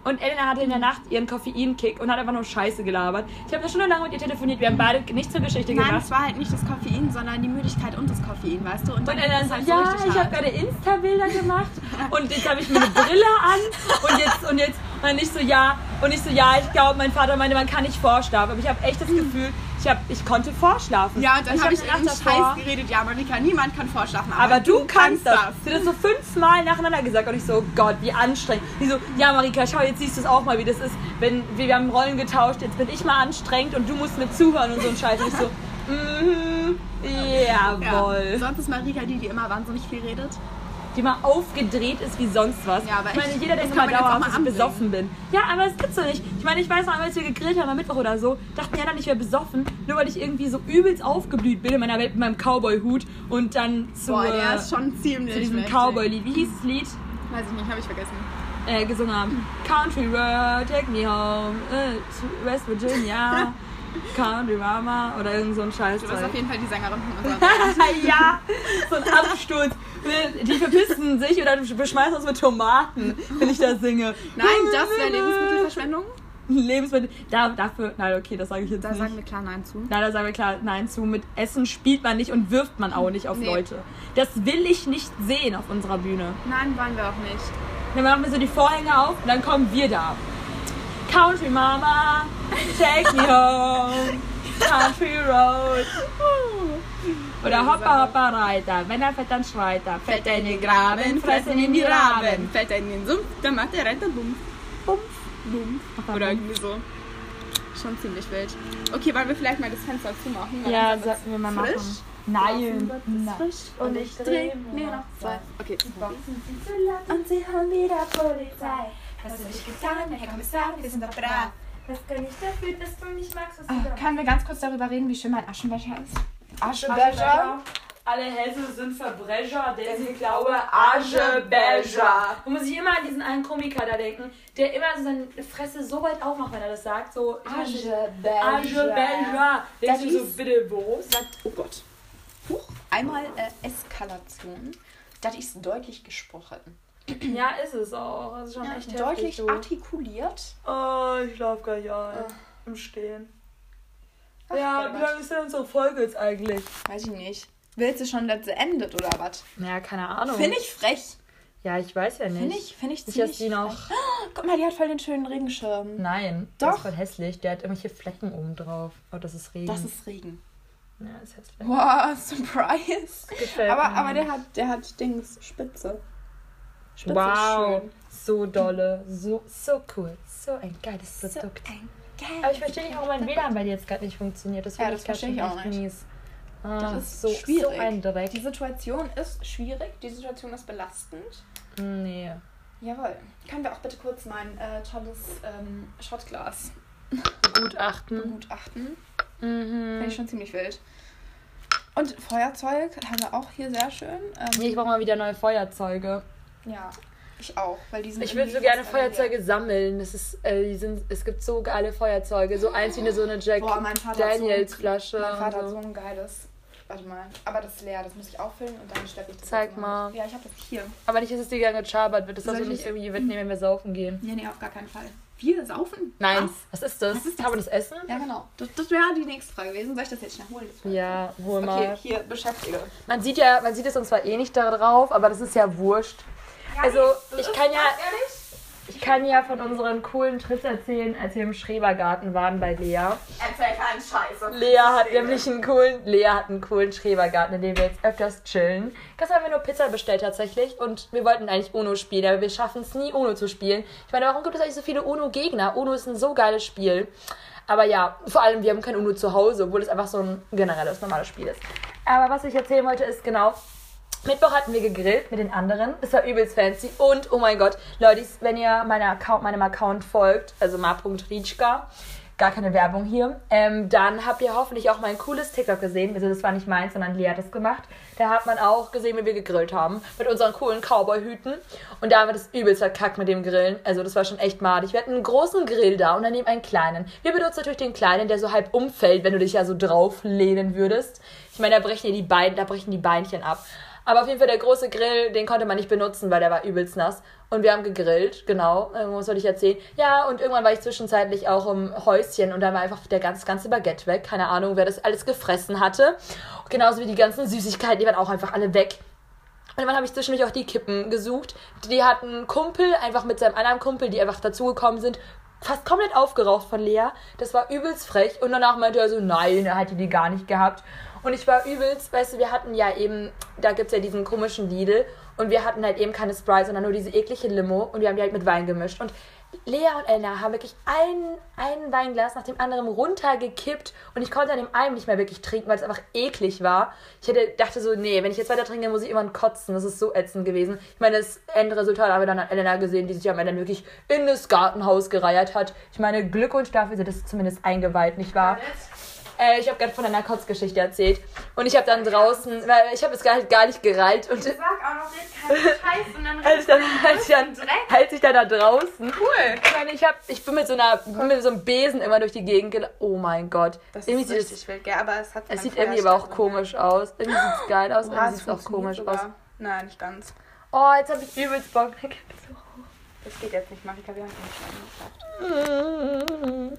Und Elena hatte in der Nacht ihren Koffeinkick und hat einfach nur Scheiße gelabert. Ich habe eine Stunde lang mit ihr telefoniert. Wir haben beide nichts zur Geschichte Nein, gemacht. es war halt nicht das Koffein, sondern die Müdigkeit und das Koffein, weißt du? Und Und dann Elena ist sagt, halt so ja, richtig ich habe hart. gerade Insta-Bilder gemacht und jetzt habe ich mir eine Brille an und jetzt und jetzt Und nicht so, ja. Und ich so, ja, ich glaube, mein Vater meinte, man kann nicht vorschlafen. Aber ich habe echt das Gefühl, ich, hab, ich konnte vorschlafen. Ja, und dann habe ich gedacht irgendeinen Scheiß geredet. Ja, Monika, niemand kann vorschlafen. aber du kannst das. Sie hat das so fünfmal nacheinander gesagt und ich so, Gott, wie anstrengend. Die so, ja Marika, schau, jetzt siehst du es auch mal, wie das ist, wenn wir, wir haben Rollen getauscht, jetzt bin ich mal anstrengend und du musst mir zuhören und so ein Scheiß. Und ich so, mhm, jawohl. Ja. Sonst ist Marika die, die immer wahnsinnig viel redet. Die mal aufgedreht ist wie sonst was. Ja, aber ich meine, echt, jeder das denkt kann mal man jetzt auch dauerhaft, mal dass ich besoffen bin. Ja, aber das gibt's doch nicht. Ich meine, ich weiß noch, als wir gegrillt haben am Mittwoch oder so, dachten ja dann, ich wäre besoffen, nur weil ich irgendwie so übelst aufgeblüht bin in meiner Welt mit meinem Cowboy-Hut und dann zu, Boah, der äh, ist schon ziemlich zu diesem mächtig. Cowboy-Lied. Wie hieß das Lied? Weiß ich nicht, habe ich vergessen. äh, gesungen haben. Country Road, take me home, äh, to West Virginia, Country Mama oder irgend so ein Scheiß. Du bist auf jeden Fall die Sängerin von unserem ja, so ein Absturz. Die verpissen sich oder beschmeißen uns mit Tomaten, wenn ich da singe. Nein, das wäre Lebensmittelverschwendung. Lebensmittel. Da, dafür, nein, okay, das sage ich jetzt Da nicht. sagen wir klar Nein zu. Nein, da sagen wir klar Nein zu. Mit Essen spielt man nicht und wirft man auch nicht auf Nee. Leute. Das will ich nicht sehen auf unserer Bühne. Nein, wollen wir auch nicht. Dann machen wir so die Vorhänge auf und dann kommen wir da. Country Mama, take me home, Country Road. Oh. Oder Hoppa Hoppa Reiter, wenn er fällt, dann schreit er. Fällt er in den Graben, fressen ihn die Raben. Fällt er in den Sumpf, dann macht der Retter Bumpf. Bumpf. Bumpf. Oder irgendwie so. Schon ziemlich wild. Okay, wollen wir vielleicht mal das Fenster zumachen? Weil Ja, dann wird's sollten wir mal frisch. machen. Nein. Nein. frisch und ich dreh mir noch zwei. Okay, super. Und sie haben wieder Polizei. Was hast du nicht getan, Herr Kommissar? Wir sind doch brav. Was kann ich dafür, dass du mich magst? Was Ah, du da Können wir ganz kurz darüber reden, wie schön mein Aschenbecher ist? Aschebecher. Alle Hesse sind Verbrecher, denn sie klaue Aschebecher. Man muss sich immer an diesen einen Komiker da denken, der immer so seine Fresse so weit aufmacht, wenn er das sagt. So, ich weiß nicht, Aschebecher. Denkst du so, bitte wo? Oh Gott. Huch. Einmal äh, Eskalation. Das ist deutlich gesprochen. Ja, ist es auch. Das ist schon echt deutlich heftig, du. artikuliert. Oh, ich schlaf gar nicht ein. Im Stehen. Gott. ja, wie lange ist denn unsere Folge jetzt eigentlich? Weiß ich nicht. Willst du schon, dass sie endet oder was? Ja, keine Ahnung. Finde ich frech. Ja, ich weiß ja Oh. nicht. Finde ich, finde ich Nicht, dass ziemlich die noch- frech. Guck mal, die hat voll den schönen Regenschirm. Nein, der Doch. ist voll hässlich. Der hat irgendwelche Flecken oben drauf. Oh, das ist Regen. Das ist Regen. ja, ist hässlich. Wow, surprise. Gefällt Aber, mir aber der nicht. hat, der hat Dings Spitze. Spitze Wow, Ist schön. so dolle, so, so cool, so ein geiles So Produkt. ein Aber ich verstehe nicht, warum mein WLAN bei dir jetzt gerade nicht funktioniert. Das, Ja, finde das grad verstehe ich schon auch echt nicht. Mies. Ah, Das ist so, so schwierig. ein Dreck. Die Situation ist schwierig, die Situation ist belastend. Nee. Jawohl. Können wir auch bitte kurz mein äh, tolles ähm, Shotglas Gutachten. begutachten? Mhm. Finde ich schon ziemlich wild. Und Feuerzeug haben wir auch hier sehr schön. Ähm, Nee, ich brauche mal wieder neue Feuerzeuge. Ja, ich auch, weil die sind Ich würde so irgendwie gerne fast alle leer. Feuerzeuge sammeln. Das ist, äh, die sind, es gibt so geile Feuerzeuge. So eins wie eine, so eine Jack Boah, mein Vater hat so Daniels ein- Flasche. Mein Vater hat und so so. ein geiles. Warte mal. Aber das ist leer, das muss ich auffüllen und dann schleppe ich das. Zeig jetzt mal. mit. Ja, ich habe das hier. Aber nicht, dass es dir gerne gechabert wird. Das Soll sollst du ich- nicht irgendwie mitnehmen, wenn wir saufen gehen. Nee, nee, auf gar keinen Fall. Wir saufen? Nein. Was? Was, ist das? Was ist das? Kann man das essen? Ja, genau. Das, das wäre die nächste Frage gewesen. Soll ich das jetzt schnell holen? das Feuerzeug? Ja, hol mal. Okay, hier, beschäftige. Man sieht ja, man sieht es uns zwar eh nicht da drauf, aber das ist ja wurscht. Also ich kann ja, ich kann ja von unseren coolen Trips erzählen, als wir im Schrebergarten waren bei Lea. Erzähl keinen Scheiße. Lea hat nämlich einen coolen, Lea hat einen coolen Schrebergarten, in dem wir jetzt öfters chillen. Gestern haben wir nur Pizza bestellt tatsächlich und wir wollten eigentlich Uno spielen, aber wir schaffen es nie Uno zu spielen. Ich meine, warum gibt es eigentlich so viele Uno-Gegner? Uno ist ein so geiles Spiel. Aber ja, vor allem wir haben kein Uno zu Hause, obwohl es einfach so ein generelles normales Spiel ist. Aber was ich erzählen wollte ist genau, Mittwoch hatten wir gegrillt mit den anderen. Es war übelst fancy. Und oh mein Gott, Leute, wenn ihr meiner Account, meinem Account folgt, also ma.ritschka, gar keine Werbung hier, ähm, dann habt ihr hoffentlich auch mein cooles TikTok gesehen. Also das war nicht meins, sondern Lea hat das gemacht. Da hat man auch gesehen, wie wir gegrillt haben. Mit unseren coolen Cowboy-Hüten. Und da haben wir das übelst verkackt mit dem Grillen. Also das war schon echt madig. Wir hatten einen großen Grill da und daneben einen kleinen. Wir benutzen natürlich den kleinen, der so halb umfällt, wenn du dich ja so drauflehnen würdest. Ich meine, da brechen dir die Beine, da brechen die Beinchen ab. Aber auf jeden Fall der große Grill, den konnte man nicht benutzen, weil der war übelst nass. Und wir haben gegrillt, genau. Irgendwas wollte ich erzählen. Ja, und irgendwann war ich zwischenzeitlich auch im Häuschen und da war einfach der ganz, ganze Baguette weg. Keine Ahnung, wer das alles gefressen hatte. Genauso wie die ganzen Süßigkeiten, die waren auch einfach alle weg. Und dann habe ich zwischendurch auch die Kippen gesucht. Die hatten einen Kumpel, einfach mit seinem anderen Kumpel, die einfach dazugekommen sind, fast komplett aufgeraucht von Lea. Das war übelst frech. Und danach meinte er so, nein, er hatte die gar nicht gehabt. Und ich war übelst, weißt du, wir hatten ja eben, da gibt es ja diesen komischen Lidl und wir hatten halt eben keine Sprite, sondern nur diese eklige Limo und wir haben die halt mit Wein gemischt. Und Lea und Elna haben wirklich ein, ein Weinglas nach dem anderen runtergekippt und ich konnte an dem einen nicht mehr wirklich trinken, weil es einfach eklig war. Ich hätte, dachte so, nee, wenn ich jetzt weiter trinke, muss ich irgendwann kotzen. Das ist so ätzend gewesen. Ich meine, das Endresultat haben wir dann an Elena gesehen, die sich am Ende wirklich in das Gartenhaus gereiert hat. Ich meine, Glückwunsch dafür, sie hat das zumindest eingeweiht, nicht wahr? Äh, ich habe gerade von einer Kotzgeschichte erzählt. Und ich habe dann draußen, weil ich habe es gar nicht, gar nicht gereilt. Und Ich sag auch noch jetzt keinen Scheiß und dann als ich dann, als ich dann, Dreck. als ich dann da draußen Cool. ich meine, ich, hab, ich bin mit so, einer, bin mit so einem Besen immer durch die Gegend gelaufen. Oh mein Gott. Das irgendwie ist sieht richtig es, wild, gell? Aber es hat es man sieht vorher irgendwie aber auch schon komisch aus. Irgendwie sieht es geil aus, gemacht. Ja, irgendwie sieht es auch Oh, funktioniert komisch aus. sogar. Nein, nicht ganz. Oh, jetzt habe ich übelst Bock. Das geht jetzt nicht, Marika, wir haben keine Steine geschafft.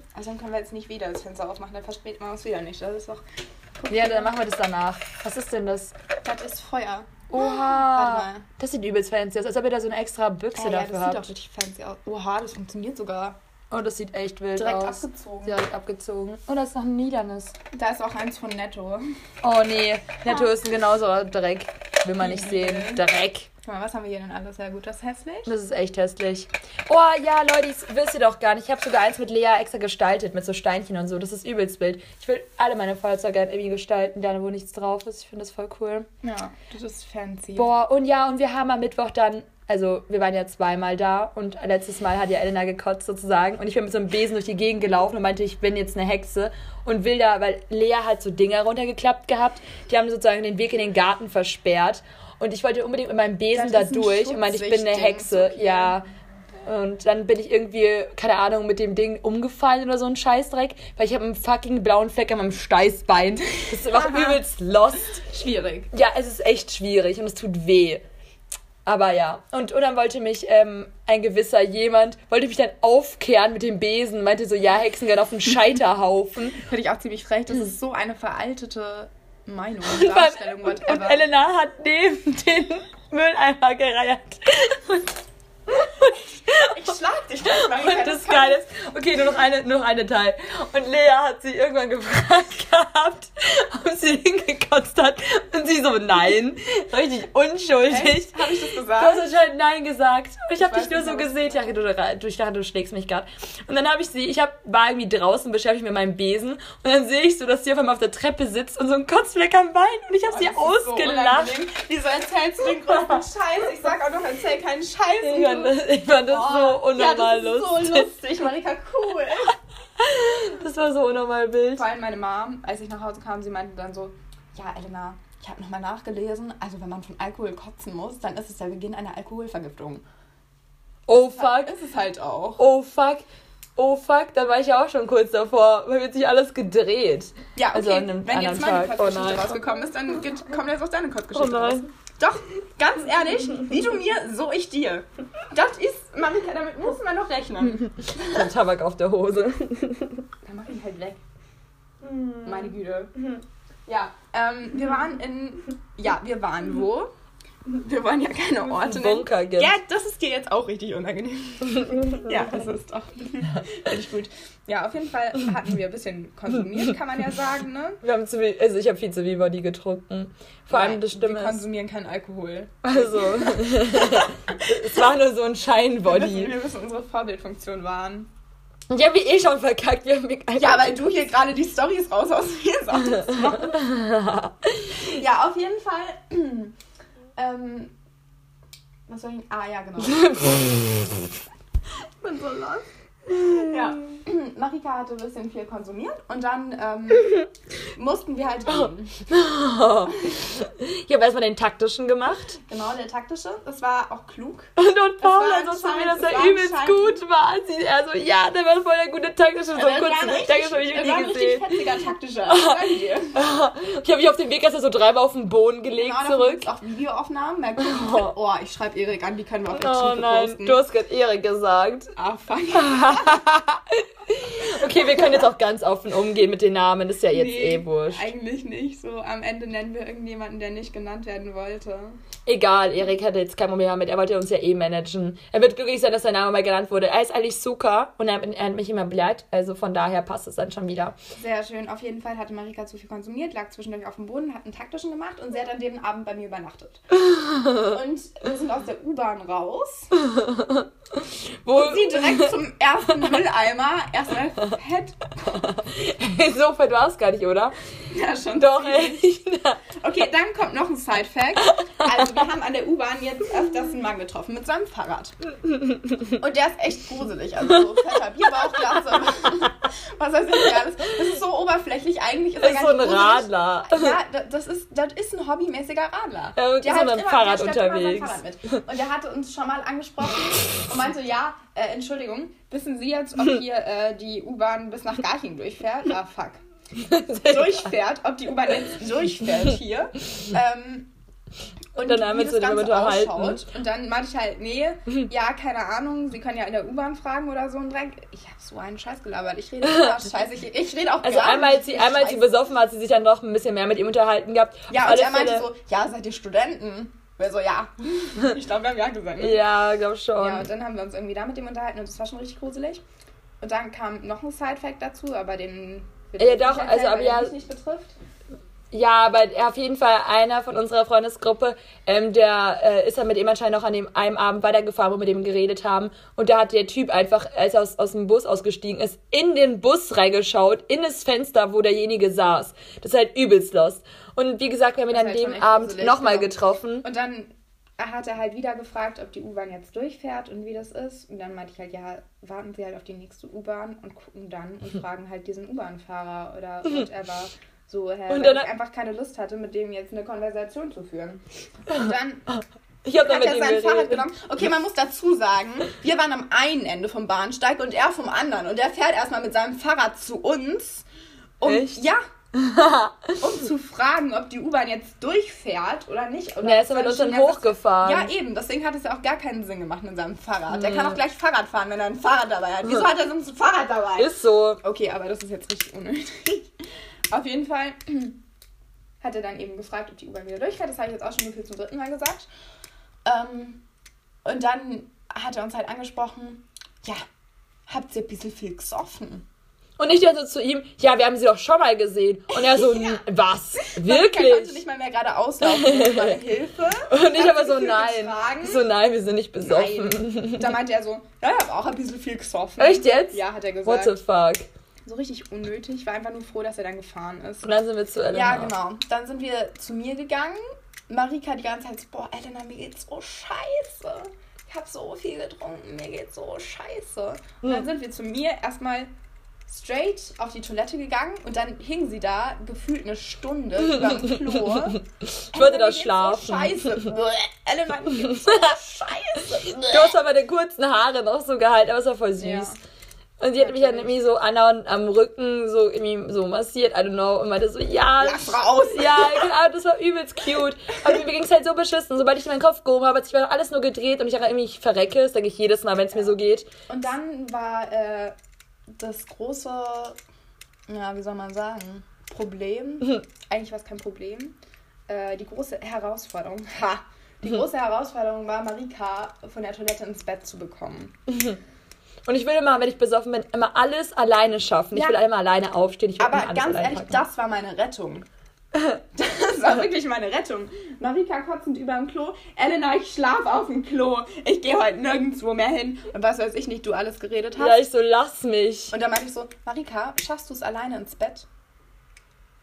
Äh. Also dann können wir jetzt nicht wieder das Fenster aufmachen, dann verspäten wir uns wieder nicht. Das ist doch. Ja, dann machen wir das danach. Was ist denn das? Das ist Feuer. Oha. Warte mal. Das sieht übelst fancy aus, als ob ihr da so eine extra Büchse Ey, Oh ja, dafür das sieht doch habt. richtig fancy aus. Oha, das funktioniert sogar. Oh, das sieht echt wild Direkt aus. abgezogen. Direkt abgezogen. Oh, da ist noch ein Niedernis. Da ist auch eins von Netto. Oh nee, Netto ist ein genauso Dreck. Will man Hm. nicht sehen. Dreck. Guck mal, was haben wir hier denn alles? Ja gut, das ist hässlich. Das ist echt hässlich. Oh ja, Leute, das wisst ihr doch gar nicht. Ich habe sogar eins mit Lea extra gestaltet, mit so Steinchen und so. Das ist übelst wild. Ich will alle meine Feuerzeuge halt irgendwie gestalten, da wo nichts drauf ist. Ich finde das voll cool. Ja, das ist fancy. Boah, und ja, und wir haben am Mittwoch dann, also wir waren ja zweimal da und letztes Mal hat ja Elena gekotzt sozusagen und ich bin mit so einem Besen durch die Gegend gelaufen und meinte, ich bin jetzt eine Hexe und will da, weil Lea hat so Dinger runtergeklappt gehabt, die haben sozusagen den Weg in den Garten versperrt und ich wollte unbedingt mit meinem Besen da Das ist ein durch und meinte, ich bin eine Schutzsüchtiges, Hexe, okay. ja. Und dann bin ich irgendwie, keine Ahnung, mit dem Ding umgefallen oder so ein Scheißdreck, weil ich habe einen fucking blauen Fleck an meinem Steißbein. Das ist einfach übelst lost. Schwierig. Ja, es ist echt schwierig und es tut weh. Aber ja. Und, und dann wollte mich ähm, ein gewisser jemand, wollte mich dann aufkehren mit dem Besen, meinte so, ja, Hexen gehören auf den Scheiterhaufen. Finde ich auch ziemlich frech. Das Mhm. ist so eine veraltete Meinung, Und beim- Darstellung, und, whatever. und Elena hat neben den Mülleimer gereiert. ich schlag dich gleich, Marika. Und das Geile ist, okay, nur noch, eine, nur noch eine Teil. Und Lea hat sie irgendwann gefragt gehabt, ob sie hingekotzt hat. Und sie so, nein. Richtig unschuldig. Echt? Habe ich das Du hast gesagt? anscheinend Nein gesagt. Und ich habe weiß dich nur nicht, so aber- gesehen. Ich dachte, du, ich dachte, du schlägst mich gerade. Und dann habe ich sie, ich hab, war irgendwie draußen, beschäftigt mit meinem Besen. Und dann sehe ich so, dass sie auf einmal auf der Treppe sitzt und so einen Kotzfleck am Bein. Und ich habe sie Oh, Das ist so ausgelacht. unangenehm. Wieso erzählst du den größten Scheiß? Ich sag auch noch, erzähl keinen Scheiß. Oh. ich, fand das, ich fand das so unnormal ja, das ist lustig. so lustig, Marika, cool. Das war so unnormal wild. Vor allem meine Mom, als ich nach Hause kam, sie meinte dann so, ja, Elena, ich habe nochmal nachgelesen, also wenn man von Alkohol kotzen muss, dann ist es der Beginn einer Alkoholvergiftung. Oh fuck. Ist es halt auch. Oh fuck. Oh fuck. Da war ich ja auch schon kurz davor. Weil wird sich alles gedreht. Ja, okay, Also an einem wenn jetzt anderen meine Tag. Oh Kotzgeschichte nein. rausgekommen ist, dann geht- kommt jetzt auch deine Oh Kotzgeschichte raus. nein. Doch, ganz ehrlich, wie du mir, so ich dir. Das ist, Marika, damit muss man noch rechnen. Ich hab Tabak auf der Hose. Dann mach ich halt weg. Meine Mhm. Güte. Ja, ähm, wir waren in, ja, wir waren wo? Mhm. Wir wollen ja keine Orte nennen. Bunker gibt. Ja, das ist dir jetzt auch richtig unangenehm. ja, das ist doch. Finde ich gut. Ja, auf jeden Fall hatten wir ein bisschen konsumiert, kann man ja sagen, ne? Wir haben zu viel, also ich habe viel zu viel Body getrunken. Vor allem das Stimme Wir ist, konsumieren keinen Alkohol. also es war nur so ein Wir müssen, Scheinbody. wir müssen unsere Vorbildfunktion wahren. Ich habe eh schon verkackt. Wir haben mich einfach- Ja, weil du hier gerade die Stories raushaust, wie es auch das Ja, auf jeden Fall. Ähm, was soll ich? Ah, ja, genau. ich bin so lost. Ja, Marika hatte ein bisschen viel konsumiert und dann ähm, mussten wir halt Oh. gehen. ich habe erstmal den taktischen gemacht Genau, der taktische. Das war auch klug. und, und Paul war hat so zu mir, dass anscheinend- es er war übelst anscheinend- gut war. Sie, er so, ja, der war voll der gute taktische. So Aber es war kurz ein richtig- Dankeschön, habe ich es ihn war ein nie richtig gesehen. fetziger taktischer. das sag ich dir. Ich habe mich auf den Weg erst so dreimal auf den Boden gelegt Genau, davon zurück. gibt's auch Videoaufnahmen. Merkt ihr, Oh. oh, ich schreibe Erik an, die können wir auf der Oh Tiefe nein, posten. du hast gerade Ehre gesagt. Ah, fuck. Okay, wir können jetzt auch ganz offen umgehen mit den Namen, ist ja jetzt Nee, eh wurscht. Eigentlich nicht. So am Ende nennen wir irgendjemanden, der nicht genannt werden wollte. Egal, Erik hatte jetzt kein Problem damit, er wollte uns ja eh managen. Er wird glücklich sein, dass sein Name mal genannt wurde. Er ist eigentlich Suka und er, er hat mich immer beleidigt, also von daher passt es dann schon wieder. Sehr schön. Auf jeden Fall hatte Marika zu viel konsumiert, lag zwischendurch auf dem Boden, hat einen taktischen gemacht und sie hat an dem Abend bei mir übernachtet. Und wir sind aus der U-Bahn raus. Oh. Wo Sie direkt zum ersten Mülleimer. Erstmal fett. so fett war es gar nicht, oder? Ja, schon. Doch, ziemlich. echt. Okay, dann kommt noch ein Side-Fact. Also, wir haben an der U-Bahn jetzt öfters einen Mann getroffen mit seinem Fahrrad. Und der ist echt gruselig. Also, so fetter Bierbauchglas. Was weiß ich nicht alles. Das ist so oberflächlich. Eigentlich ist Das er ist gar so ein nicht gruselig. Radler. Ja, da- das ist, das ist ein hobbymäßiger Radler. Ja, und Der ist hat auch mit dem immer- Fahrrad der stellt immer sein unterwegs. Fahrrad mit. Und der hatte uns schon mal angesprochen und meinte, ja, äh, Entschuldigung, wissen Sie jetzt, ob hier äh, die U-Bahn bis nach Garching durchfährt? Ah, fuck. durchfährt, ob die U-Bahn jetzt durchfährt hier. Ähm, und Dann haben wir uns darüber unterhalten. Und dann meinte ich halt, nee, ja, keine Ahnung, Sie können ja in der U-Bahn fragen oder so ein Dreck. Ich habe so einen Scheiß gelabert. Ich rede immer Scheiße. Ich, ich rede auch Also gar einmal, als nicht sie, viel einmal als sie Scheiße. besoffen war, hat sie sich dann noch ein bisschen mehr mit ihm unterhalten gehabt. Ja, Auf und alle er meinte Fälle- so, ja, seid ihr Studenten? Wir so, ja. Ich glaube, wir haben ja gesagt. ne? Ja, glaub schon. ja, und dann haben wir uns irgendwie da mit dem unterhalten und das war schon richtig gruselig. Und dann kam noch ein Side-Fact dazu, aber den... will Ja, ich nicht doch, also, erzählen, aber weil ja- er mich nicht betrifft. Ja, aber auf jeden Fall einer von unserer Freundesgruppe, ähm, der äh, ist dann mit ihm anscheinend noch an dem einem Abend weitergefahren, wo wir mit ihm geredet haben. Und da hat der Typ einfach, als er aus, aus dem Bus ausgestiegen ist, in den Bus reingeschaut, in das Fenster, wo derjenige saß. Das ist halt übelst lost. Und wie gesagt, wir haben ihn Das an ist halt schon dem echt Abend gruselig, nochmal genau. getroffen. Und dann hat er halt wieder gefragt, ob die U-Bahn jetzt durchfährt und wie das ist. Und dann meinte ich halt, ja, warten Sie halt auf die nächste U-Bahn und gucken dann und fragen halt diesen U-Bahn-Fahrer oder whatever. So, Herr, Und weil dann- ich einfach keine Lust hatte, mit dem jetzt eine Konversation zu führen. Und dann Ich hab dann hat mit er ihm sein Fahrrad geredet. genommen. Okay, man muss dazu sagen, wir waren am einen Ende vom Bahnsteig und er vom anderen. Und er fährt erstmal mit seinem Fahrrad zu uns. Um, Echt? Ja. um zu fragen, ob die U-Bahn jetzt durchfährt oder nicht. Oder Ja, er ist dann mit uns dann hochgefahren. Ja, eben. Deswegen hat es ja auch gar keinen Sinn gemacht mit seinem Fahrrad. Der kann auch gleich Fahrrad fahren, wenn er ein Fahrrad dabei hat. Wieso hat er sonst ein Fahrrad dabei? Ist so. Okay, aber das ist jetzt richtig unnötig. Auf jeden Fall hat er dann eben gefragt, ob die U-Bahn wieder durchfährt. Das habe ich jetzt auch schon gefühlt zum dritten Mal gesagt. Ähm, und dann hat er uns halt angesprochen, ja, habt ihr ein bisschen viel gesoffen? Und ich dann so zu ihm, ja, wir haben sie doch schon mal gesehen. Und er so, "N- was? Er konnte Wirklich? nicht mal mehr gerade auslaufen ohne Hilfe. Und ich Hat aber sie so, viel nein. getragen? So, nein, wir sind nicht besoffen. Nein. Da meinte er so, ja, ich habe auch ein bisschen viel gesoffen. Echt jetzt? Ja, hat er What the gesagt. fuck? So richtig unnötig. Ich war einfach nur froh, dass er dann gefahren ist. Und dann sind wir zu Elena. Ja, genau. Dann sind wir zu mir gegangen. Marika die ganze Zeit so, boah, Elena, mir geht's so scheiße. Ich hab so viel getrunken, mir geht's so scheiße. Und Hm. dann sind wir zu mir erstmal straight auf die Toilette gegangen und dann hing sie da gefühlt eine Stunde überm Klo. Ich wollte da So schlafen. scheiße. Bäh. Elena, mir geht's so scheiße. Bäh. Du hast aber die kurzen Haare noch so gehalten, aber es war voll süß. Ja. Und sie hat mich dann Natürlich. irgendwie so andauernd am Rücken so irgendwie so massiert, I don't know, und meinte so, ja, Lass raus. ja, genau, das war übelst cute. Aber mir ging es halt so beschissen. Sobald ich meinen Kopf gehoben habe, hat sich mir alles nur gedreht und ich dachte irgendwie, ich verrecke. Das denke ich jedes Mal, wenn es mir so geht. Und dann war äh, das große, ja, wie soll man sagen, Problem. Eigentlich war es kein Problem. Äh, die große Herausforderung. Ha! Die große Herausforderung war, Marika von der Toilette ins Bett zu bekommen. Und ich will immer, wenn ich besoffen bin, immer alles alleine schaffen. Ja. Ich will immer alleine aufstehen. Ich will immer Aber alles ganz alleine ehrlich, packen. das war meine Rettung. Das war wirklich meine Rettung. Marika kotzend über dem Klo. Elena, ich schlaf auf dem Klo. Ich gehe heute nirgendwo mehr hin. Und was weiß ich nicht, du alles geredet hast. Ja, ich so, lass mich. Und dann meinte ich so, Marika, schaffst du es alleine ins Bett?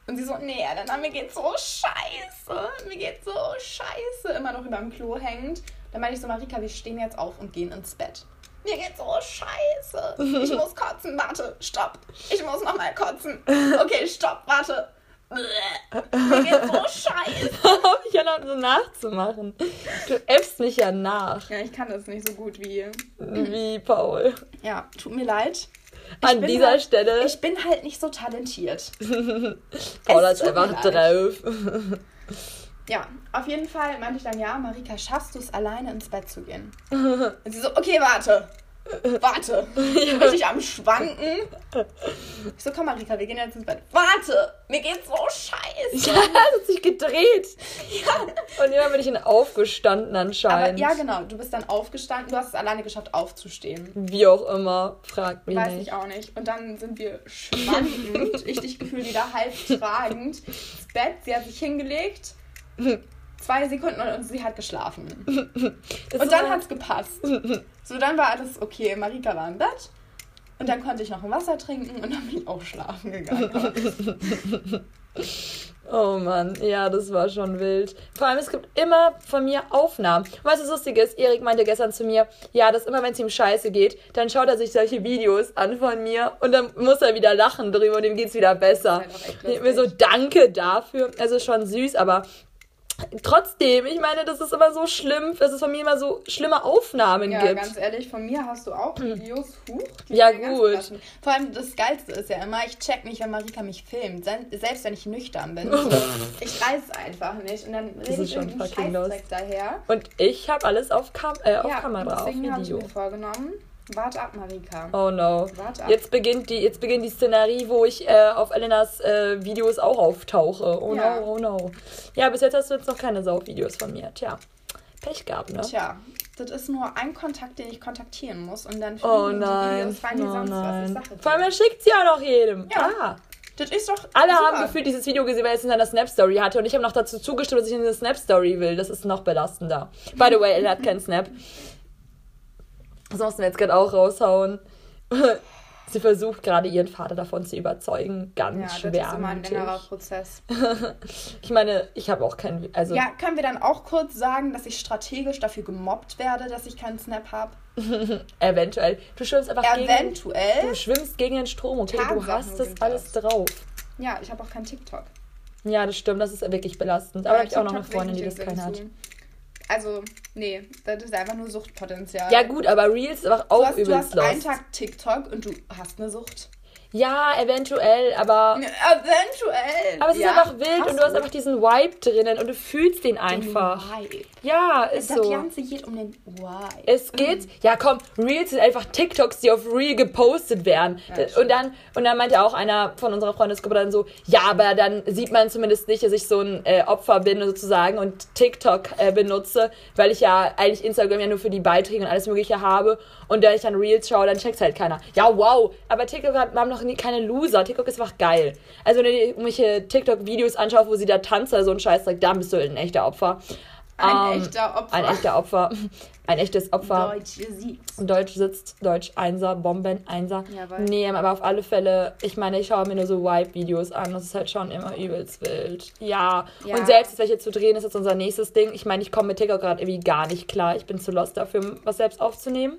Und sie so, nee, Elena, mir geht's so scheiße. Mir geht's so scheiße. Immer noch über dem Klo hängend. Dann meinte ich so, Marika, wir stehen jetzt auf und gehen ins Bett. Mir geht's so scheiße. Ich muss kotzen, warte, stopp. Ich muss nochmal kotzen. Okay, stopp, warte. Mir geht's so scheiße. Hab ich ja noch so nachzumachen. Du äffst mich ja nach, Ja, ich kann das nicht so gut wie. wie Paul. Ja, tut mir leid. An bin dieser halt- Stelle. Ich bin halt nicht so talentiert. Paula Es ist tut mir einfach leid. drauf. Ja, auf jeden Fall meinte ich dann, ja, Marika, schaffst du es alleine ins Bett zu gehen? Und sie so, okay, warte. warte. Richtig am Schwanken. Ich so, komm Marika, wir gehen jetzt ins Bett. Warte, mir geht's so scheiße. Ja, es hat sich gedreht. Und ja, bin ich ihn aufgestanden Aber anscheinend. ja, genau, du bist dann aufgestanden, du hast es alleine geschafft aufzustehen. Wie auch immer, fragt mich Weiß nicht. ich auch nicht. Und dann sind wir schwankend, ich dich gefühlt wieder halb tragend, ins Bett. Sie hat sich hingelegt, zwei Sekunden und, und sie hat geschlafen. Und dann hat's gepasst. So, dann war alles okay. Marika war im Bett. Und dann konnte ich noch ein Wasser trinken und dann bin ich auch schlafen gegangen. Aber Oh Mann, ja, das war schon wild. Vor allem, es gibt immer von mir Aufnahmen. Und weißt du, was lustig ist? Erik meinte gestern zu mir, ja, dass immer, wenn es ihm scheiße geht, dann schaut er sich solche Videos an von mir und dann muss er wieder lachen drüber und ihm geht's wieder besser. Das ist halt auch echt Ich mir so, danke dafür. Also schon süß, aber trotzdem, ich meine, das ist immer so schlimm, dass es von mir immer so schlimme Aufnahmen Ja, gibt. ganz ehrlich, von mir hast du auch Videos. Huch, die Hm. Ja, sind ganz gut. überraschend. Vor allem das Geilste ist ja immer, ich check nicht, wenn Marika mich filmt. Se- Selbst wenn ich nüchtern bin. ich weiß es einfach nicht. Und dann rede ist ich schon irgendeinen fucking los. Scheißdreck daher. Und ich habe alles auf, Kam äh, auf ja, Kamera, auf deswegen habe ich Video. mir vorgenommen, wart ab, Marika. Oh no. Warte ab. Jetzt beginnt die, jetzt beginnt die Szenerie, wo ich äh, auf Elenas äh, Videos auch auftauche. Oh Ja. no, oh no. Ja, bis jetzt hast du jetzt noch keine Saufvideos von mir. Tja. Pech gehabt, ne? Tja, das ist nur ein Kontakt, den ich kontaktieren muss. Und dann Oh fliegen die nein. Videos rein, die Oh sonst nein. was ich Vor allem, er sage. schickt sie ja noch jedem. Ja. Ah. Das ist doch Alle super. haben gefühlt dieses Video gesehen, weil es in seiner Snap-Story hatte. Und ich habe noch dazu zugestimmt, dass ich in eine Snap-Story will. Das ist noch belastender. By the way, Ella hat keinen Snap. Das mussten wir jetzt gerade auch raushauen. Sie versucht gerade ihren Vater davon zu überzeugen. Ja, Ganz das schwer. ist immer ein längerer mutig. Prozess. Also Ich meine, ich habe auch keinen. Also, Ja, können wir dann auch kurz sagen, dass ich strategisch dafür gemobbt werde, dass ich keinen Snap habe? eventuell. Du schwimmst einfach gegen. Eventuell. Du schwimmst gegen den Strom, okay? Du Tatsachen hast das sind alles drauf. Ja, ich habe auch keinen TikTok. Ja, das stimmt. Das ist wirklich belastend. Aber Weil ich auch noch eine TikTok will Freundin, ich die das nicht keine hat. hinzu. Also, nee, das ist einfach nur Suchtpotenzial. Ja, gut, aber Reels ist einfach Du auch hast, du übelst hast einen los. Tag TikTok und du hast eine Sucht. Ja, eventuell, aber. Eventuell. Aber es Ja, ist einfach wild und du hast du. einfach diesen Vibe drinnen und du fühlst den einfach. Why? Ja, Es ist das so. Ganze geht um den Why. Es geht, ja komm, Reels sind einfach TikToks, die auf Reel gepostet werden. das und, dann, und dann meinte auch einer von unserer Freundesgruppe dann so, ja, aber dann sieht man zumindest nicht, dass ich so ein äh, Opfer bin sozusagen und TikTok äh, benutze, weil ich ja eigentlich Instagram ja nur für die Beiträge und alles mögliche habe. Und wenn ich dann Reels schaue, dann checkt's halt keiner. Ja, wow, aber TikTok hat, haben noch nie, keine Loser. TikTok ist einfach geil. Also wenn du dir irgendwelche TikTok-Videos anschaust, wo sie da tanzt oder so ein Scheißdreck, dann bist du ein echter Opfer. Ein Ähm, echter Opfer. Ein echter Opfer. Ein echtes Opfer. Deutsche Sieg. Deutsch sitzt, Deutsch Einser, Bomben Einser. Jawohl. Nee, aber auf alle Fälle, ich meine, ich schaue mir nur so Vibe-Videos an. Das ist halt schon immer übelst wild. Ja. Ja. Und selbst jetzt welche zu drehen, ist jetzt unser nächstes Ding. Ich meine, ich komme mit TikTok gerade irgendwie gar nicht klar. Ich bin zu lost dafür, was selbst aufzunehmen.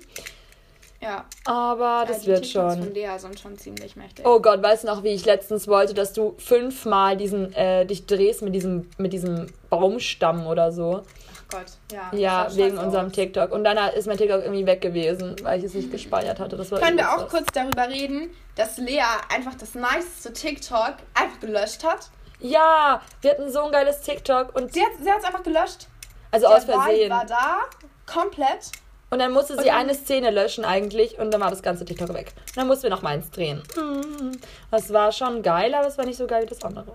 Ja, Aber das ja, die wird TikToks schon. Von Lea sind schon ziemlich mächtig. Oh Gott, weißt du noch, wie ich letztens wollte, dass du fünfmal diesen, äh, dich drehst mit diesem, mit diesem Baumstamm oder so. Ach Gott, ja. Ja, Das sah wegen scheiße unserem aus. TikTok. Und dann ist mein TikTok irgendwie weg gewesen, weil ich es nicht gespeichert hatte. Das war Können wir übelst auch was. kurz darüber reden, dass Lea einfach das niceste TikTok einfach gelöscht hat? Ja, wir hatten so ein geiles TikTok und Sie hat es einfach gelöscht. also aus Der Vibe Versehen. war da, komplett. Und dann musste sie dann- eine Szene löschen eigentlich und dann war das ganze TikTok weg. Und dann mussten wir noch meins drehen. Mm. Das war schon geil, aber es war nicht so geil wie das andere.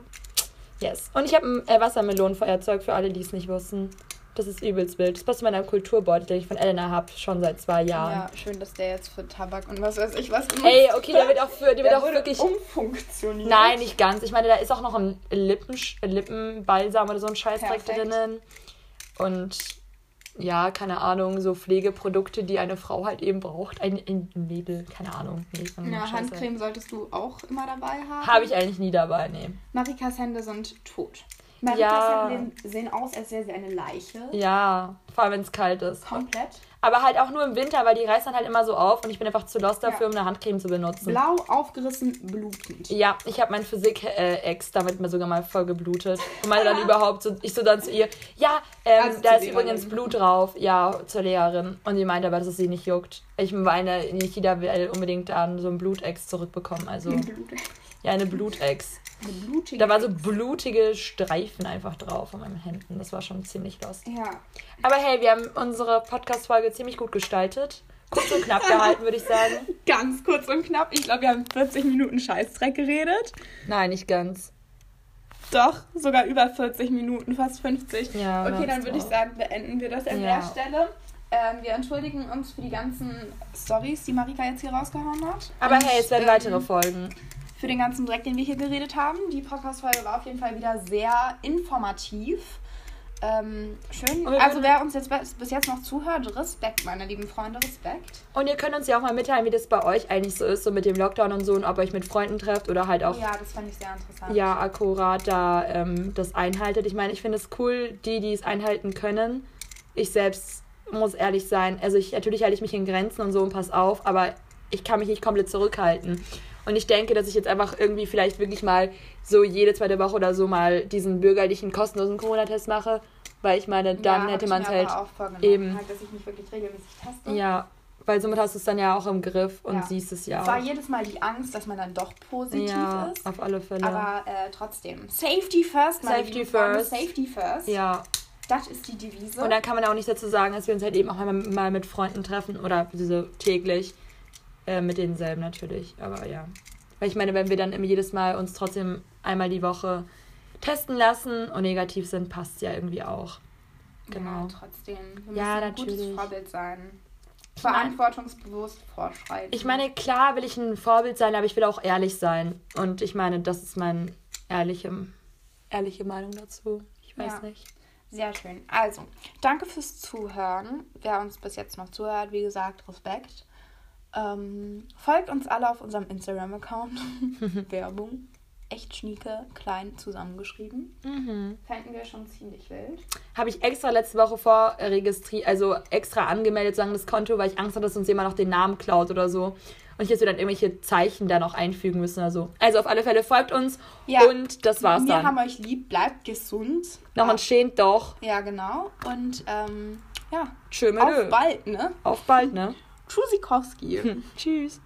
Yes. Und ich habe ein äh, Wassermelonenfeuerzeug für alle, die es nicht wussten. Das ist übelst wild. Das passt zu meinem Kulturbeutel, den ich von Elena habe, schon seit zwei Jahren. Ja, schön, dass der jetzt für Tabak und was weiß ich was genutzt Ey, okay, der wird auch, für, der wird Der auch wurde wirklich umfunktioniert. Nein, nicht ganz. Ich meine, da ist auch noch ein Lippensch Lippenbalsam oder so ein Scheißdreck Perfekt. drinnen. Und ja, keine Ahnung, so Pflegeprodukte, die eine Frau halt eben braucht. Ein, ein Mädel, keine Ahnung. Nee, so eine Ja, Scheiße. Handcreme solltest du auch immer dabei haben. Habe ich eigentlich nie dabei, nee. Marikas Hände sind tot. Marikas Ja. Hände sehen aus, als wäre sie eine Leiche. Ja, vor allem, wenn es kalt ist. Komplett. Aber halt auch nur im Winter, weil die reißen halt immer so auf und ich bin einfach zu lost dafür, Ja. um eine Handcreme zu benutzen. Blau, aufgerissen, blutend. Ja, ich habe meinen Physik-Ex damit mir sogar mal voll geblutet. Und meine dann überhaupt, so, ich so dann zu ihr, ja, ähm, Also da zur ist Lehrerin. übrigens Blut drauf, ja, zur Lehrerin. Und sie meinte aber, dass es sie nicht juckt. Ich meine, nicht jeder will unbedingt an so einen Blutex zurückbekommen. Also, Blut. ja, eine Blutex. Eine blutige. Da waren so blutige Streifen einfach drauf an meinen Händen. Das war schon ziemlich los. ja. Aber hey, wir haben unsere Podcast-Folge ziemlich gut gestaltet. Kurz und knapp gehalten, würde ich sagen. Ganz kurz und knapp. Ich glaube, wir haben 40 Minuten Scheißdreck geredet. Nein, nicht ganz. Doch, sogar über 40 Minuten, fast 50. Ja, okay, dann das würde ich auch. sagen, beenden wir das an Ja. der Stelle. Ähm, wir entschuldigen uns für die ganzen Stories, die Marika jetzt hier rausgehauen hat. Aber Und, hey, es werden ähm, weitere Folgen. Für den ganzen Dreck, den wir hier geredet haben. Die Podcast-Folge war auf jeden Fall wieder sehr informativ. Ähm, schön. Und wir Also, würden- wer uns jetzt bis- bis jetzt noch zuhört, Respekt, meine lieben Freunde, Respekt. Und ihr könnt uns ja auch mal mitteilen, wie das bei euch eigentlich so ist, so mit dem Lockdown und so, und ob ihr euch mit Freunden trefft oder halt auch Ja, das fand ich sehr interessant. ja, akkurat da ähm, das einhaltet. Ich meine, ich finde es cool, die, die es einhalten können. Ich selbst muss ehrlich sein. Also ich natürlich halte ich mich in Grenzen und so und pass auf, aber ich kann mich nicht komplett zurückhalten. Und ich denke, dass ich jetzt einfach irgendwie vielleicht wirklich mal so jede zweite Woche oder so mal diesen bürgerlichen kostenlosen Corona-Test mache, weil ich meine, dann Ja, hab hätte ich man es mir halt aber auch vorgenommen, eben. Halt, dass ich mich wirklich regelmäßig teste. ja, weil somit hast du es dann ja auch im Griff und Ja. siehst es ja Es war auch. jedes Mal die Angst, dass man dann doch positiv ja, ist. auf alle Fälle. Aber äh, trotzdem. Safety first, meine Safety lieben Freunde, first. Safety first. ja, Das ist die Devise. Und dann kann man auch nicht dazu sagen, dass wir uns halt eben auch mal, mal mit Freunden treffen oder so täglich. Äh, mit denselben natürlich, aber ja. Weil ich meine, wenn wir dann immer jedes Mal uns trotzdem einmal die Woche testen lassen und negativ sind, passt ja irgendwie auch. Ja, Genau. trotzdem. Wir Ja, müssen ein gutes natürlich. Vorbild sein. mein- Verantwortungsbewusst fortschreiten. Ich meine, klar will ich ein Vorbild sein, aber ich will auch ehrlich sein. Und ich meine, das ist meine ehrliche, ehrliche Meinung dazu. Ich weiß Ja. nicht. Sehr schön. Also, danke fürs Zuhören. Wer uns bis jetzt noch zuhört, wie gesagt, Respekt. Ähm, folgt uns alle auf unserem Instagram-Account. Werbung. Echt schnieke, klein zusammengeschrieben. Mhm. Fänden wir schon ziemlich wild. Habe ich extra letzte Woche vorregistriert, also extra angemeldet, sagen das Konto, weil ich Angst hatte, dass uns jemand noch den Namen klaut oder so. Und ich jetzt wieder irgendwelche Zeichen da noch einfügen müssen oder so. Also auf alle Fälle folgt uns Ja. und das war's Wir haben dann. euch lieb, bleibt gesund. Noch ein Schämt doch. Ja, genau. Und ähm, ja, Tschö, auf auf, bald, ne? auf bald, ne? Hm. Tschüssikowski. Tschüss.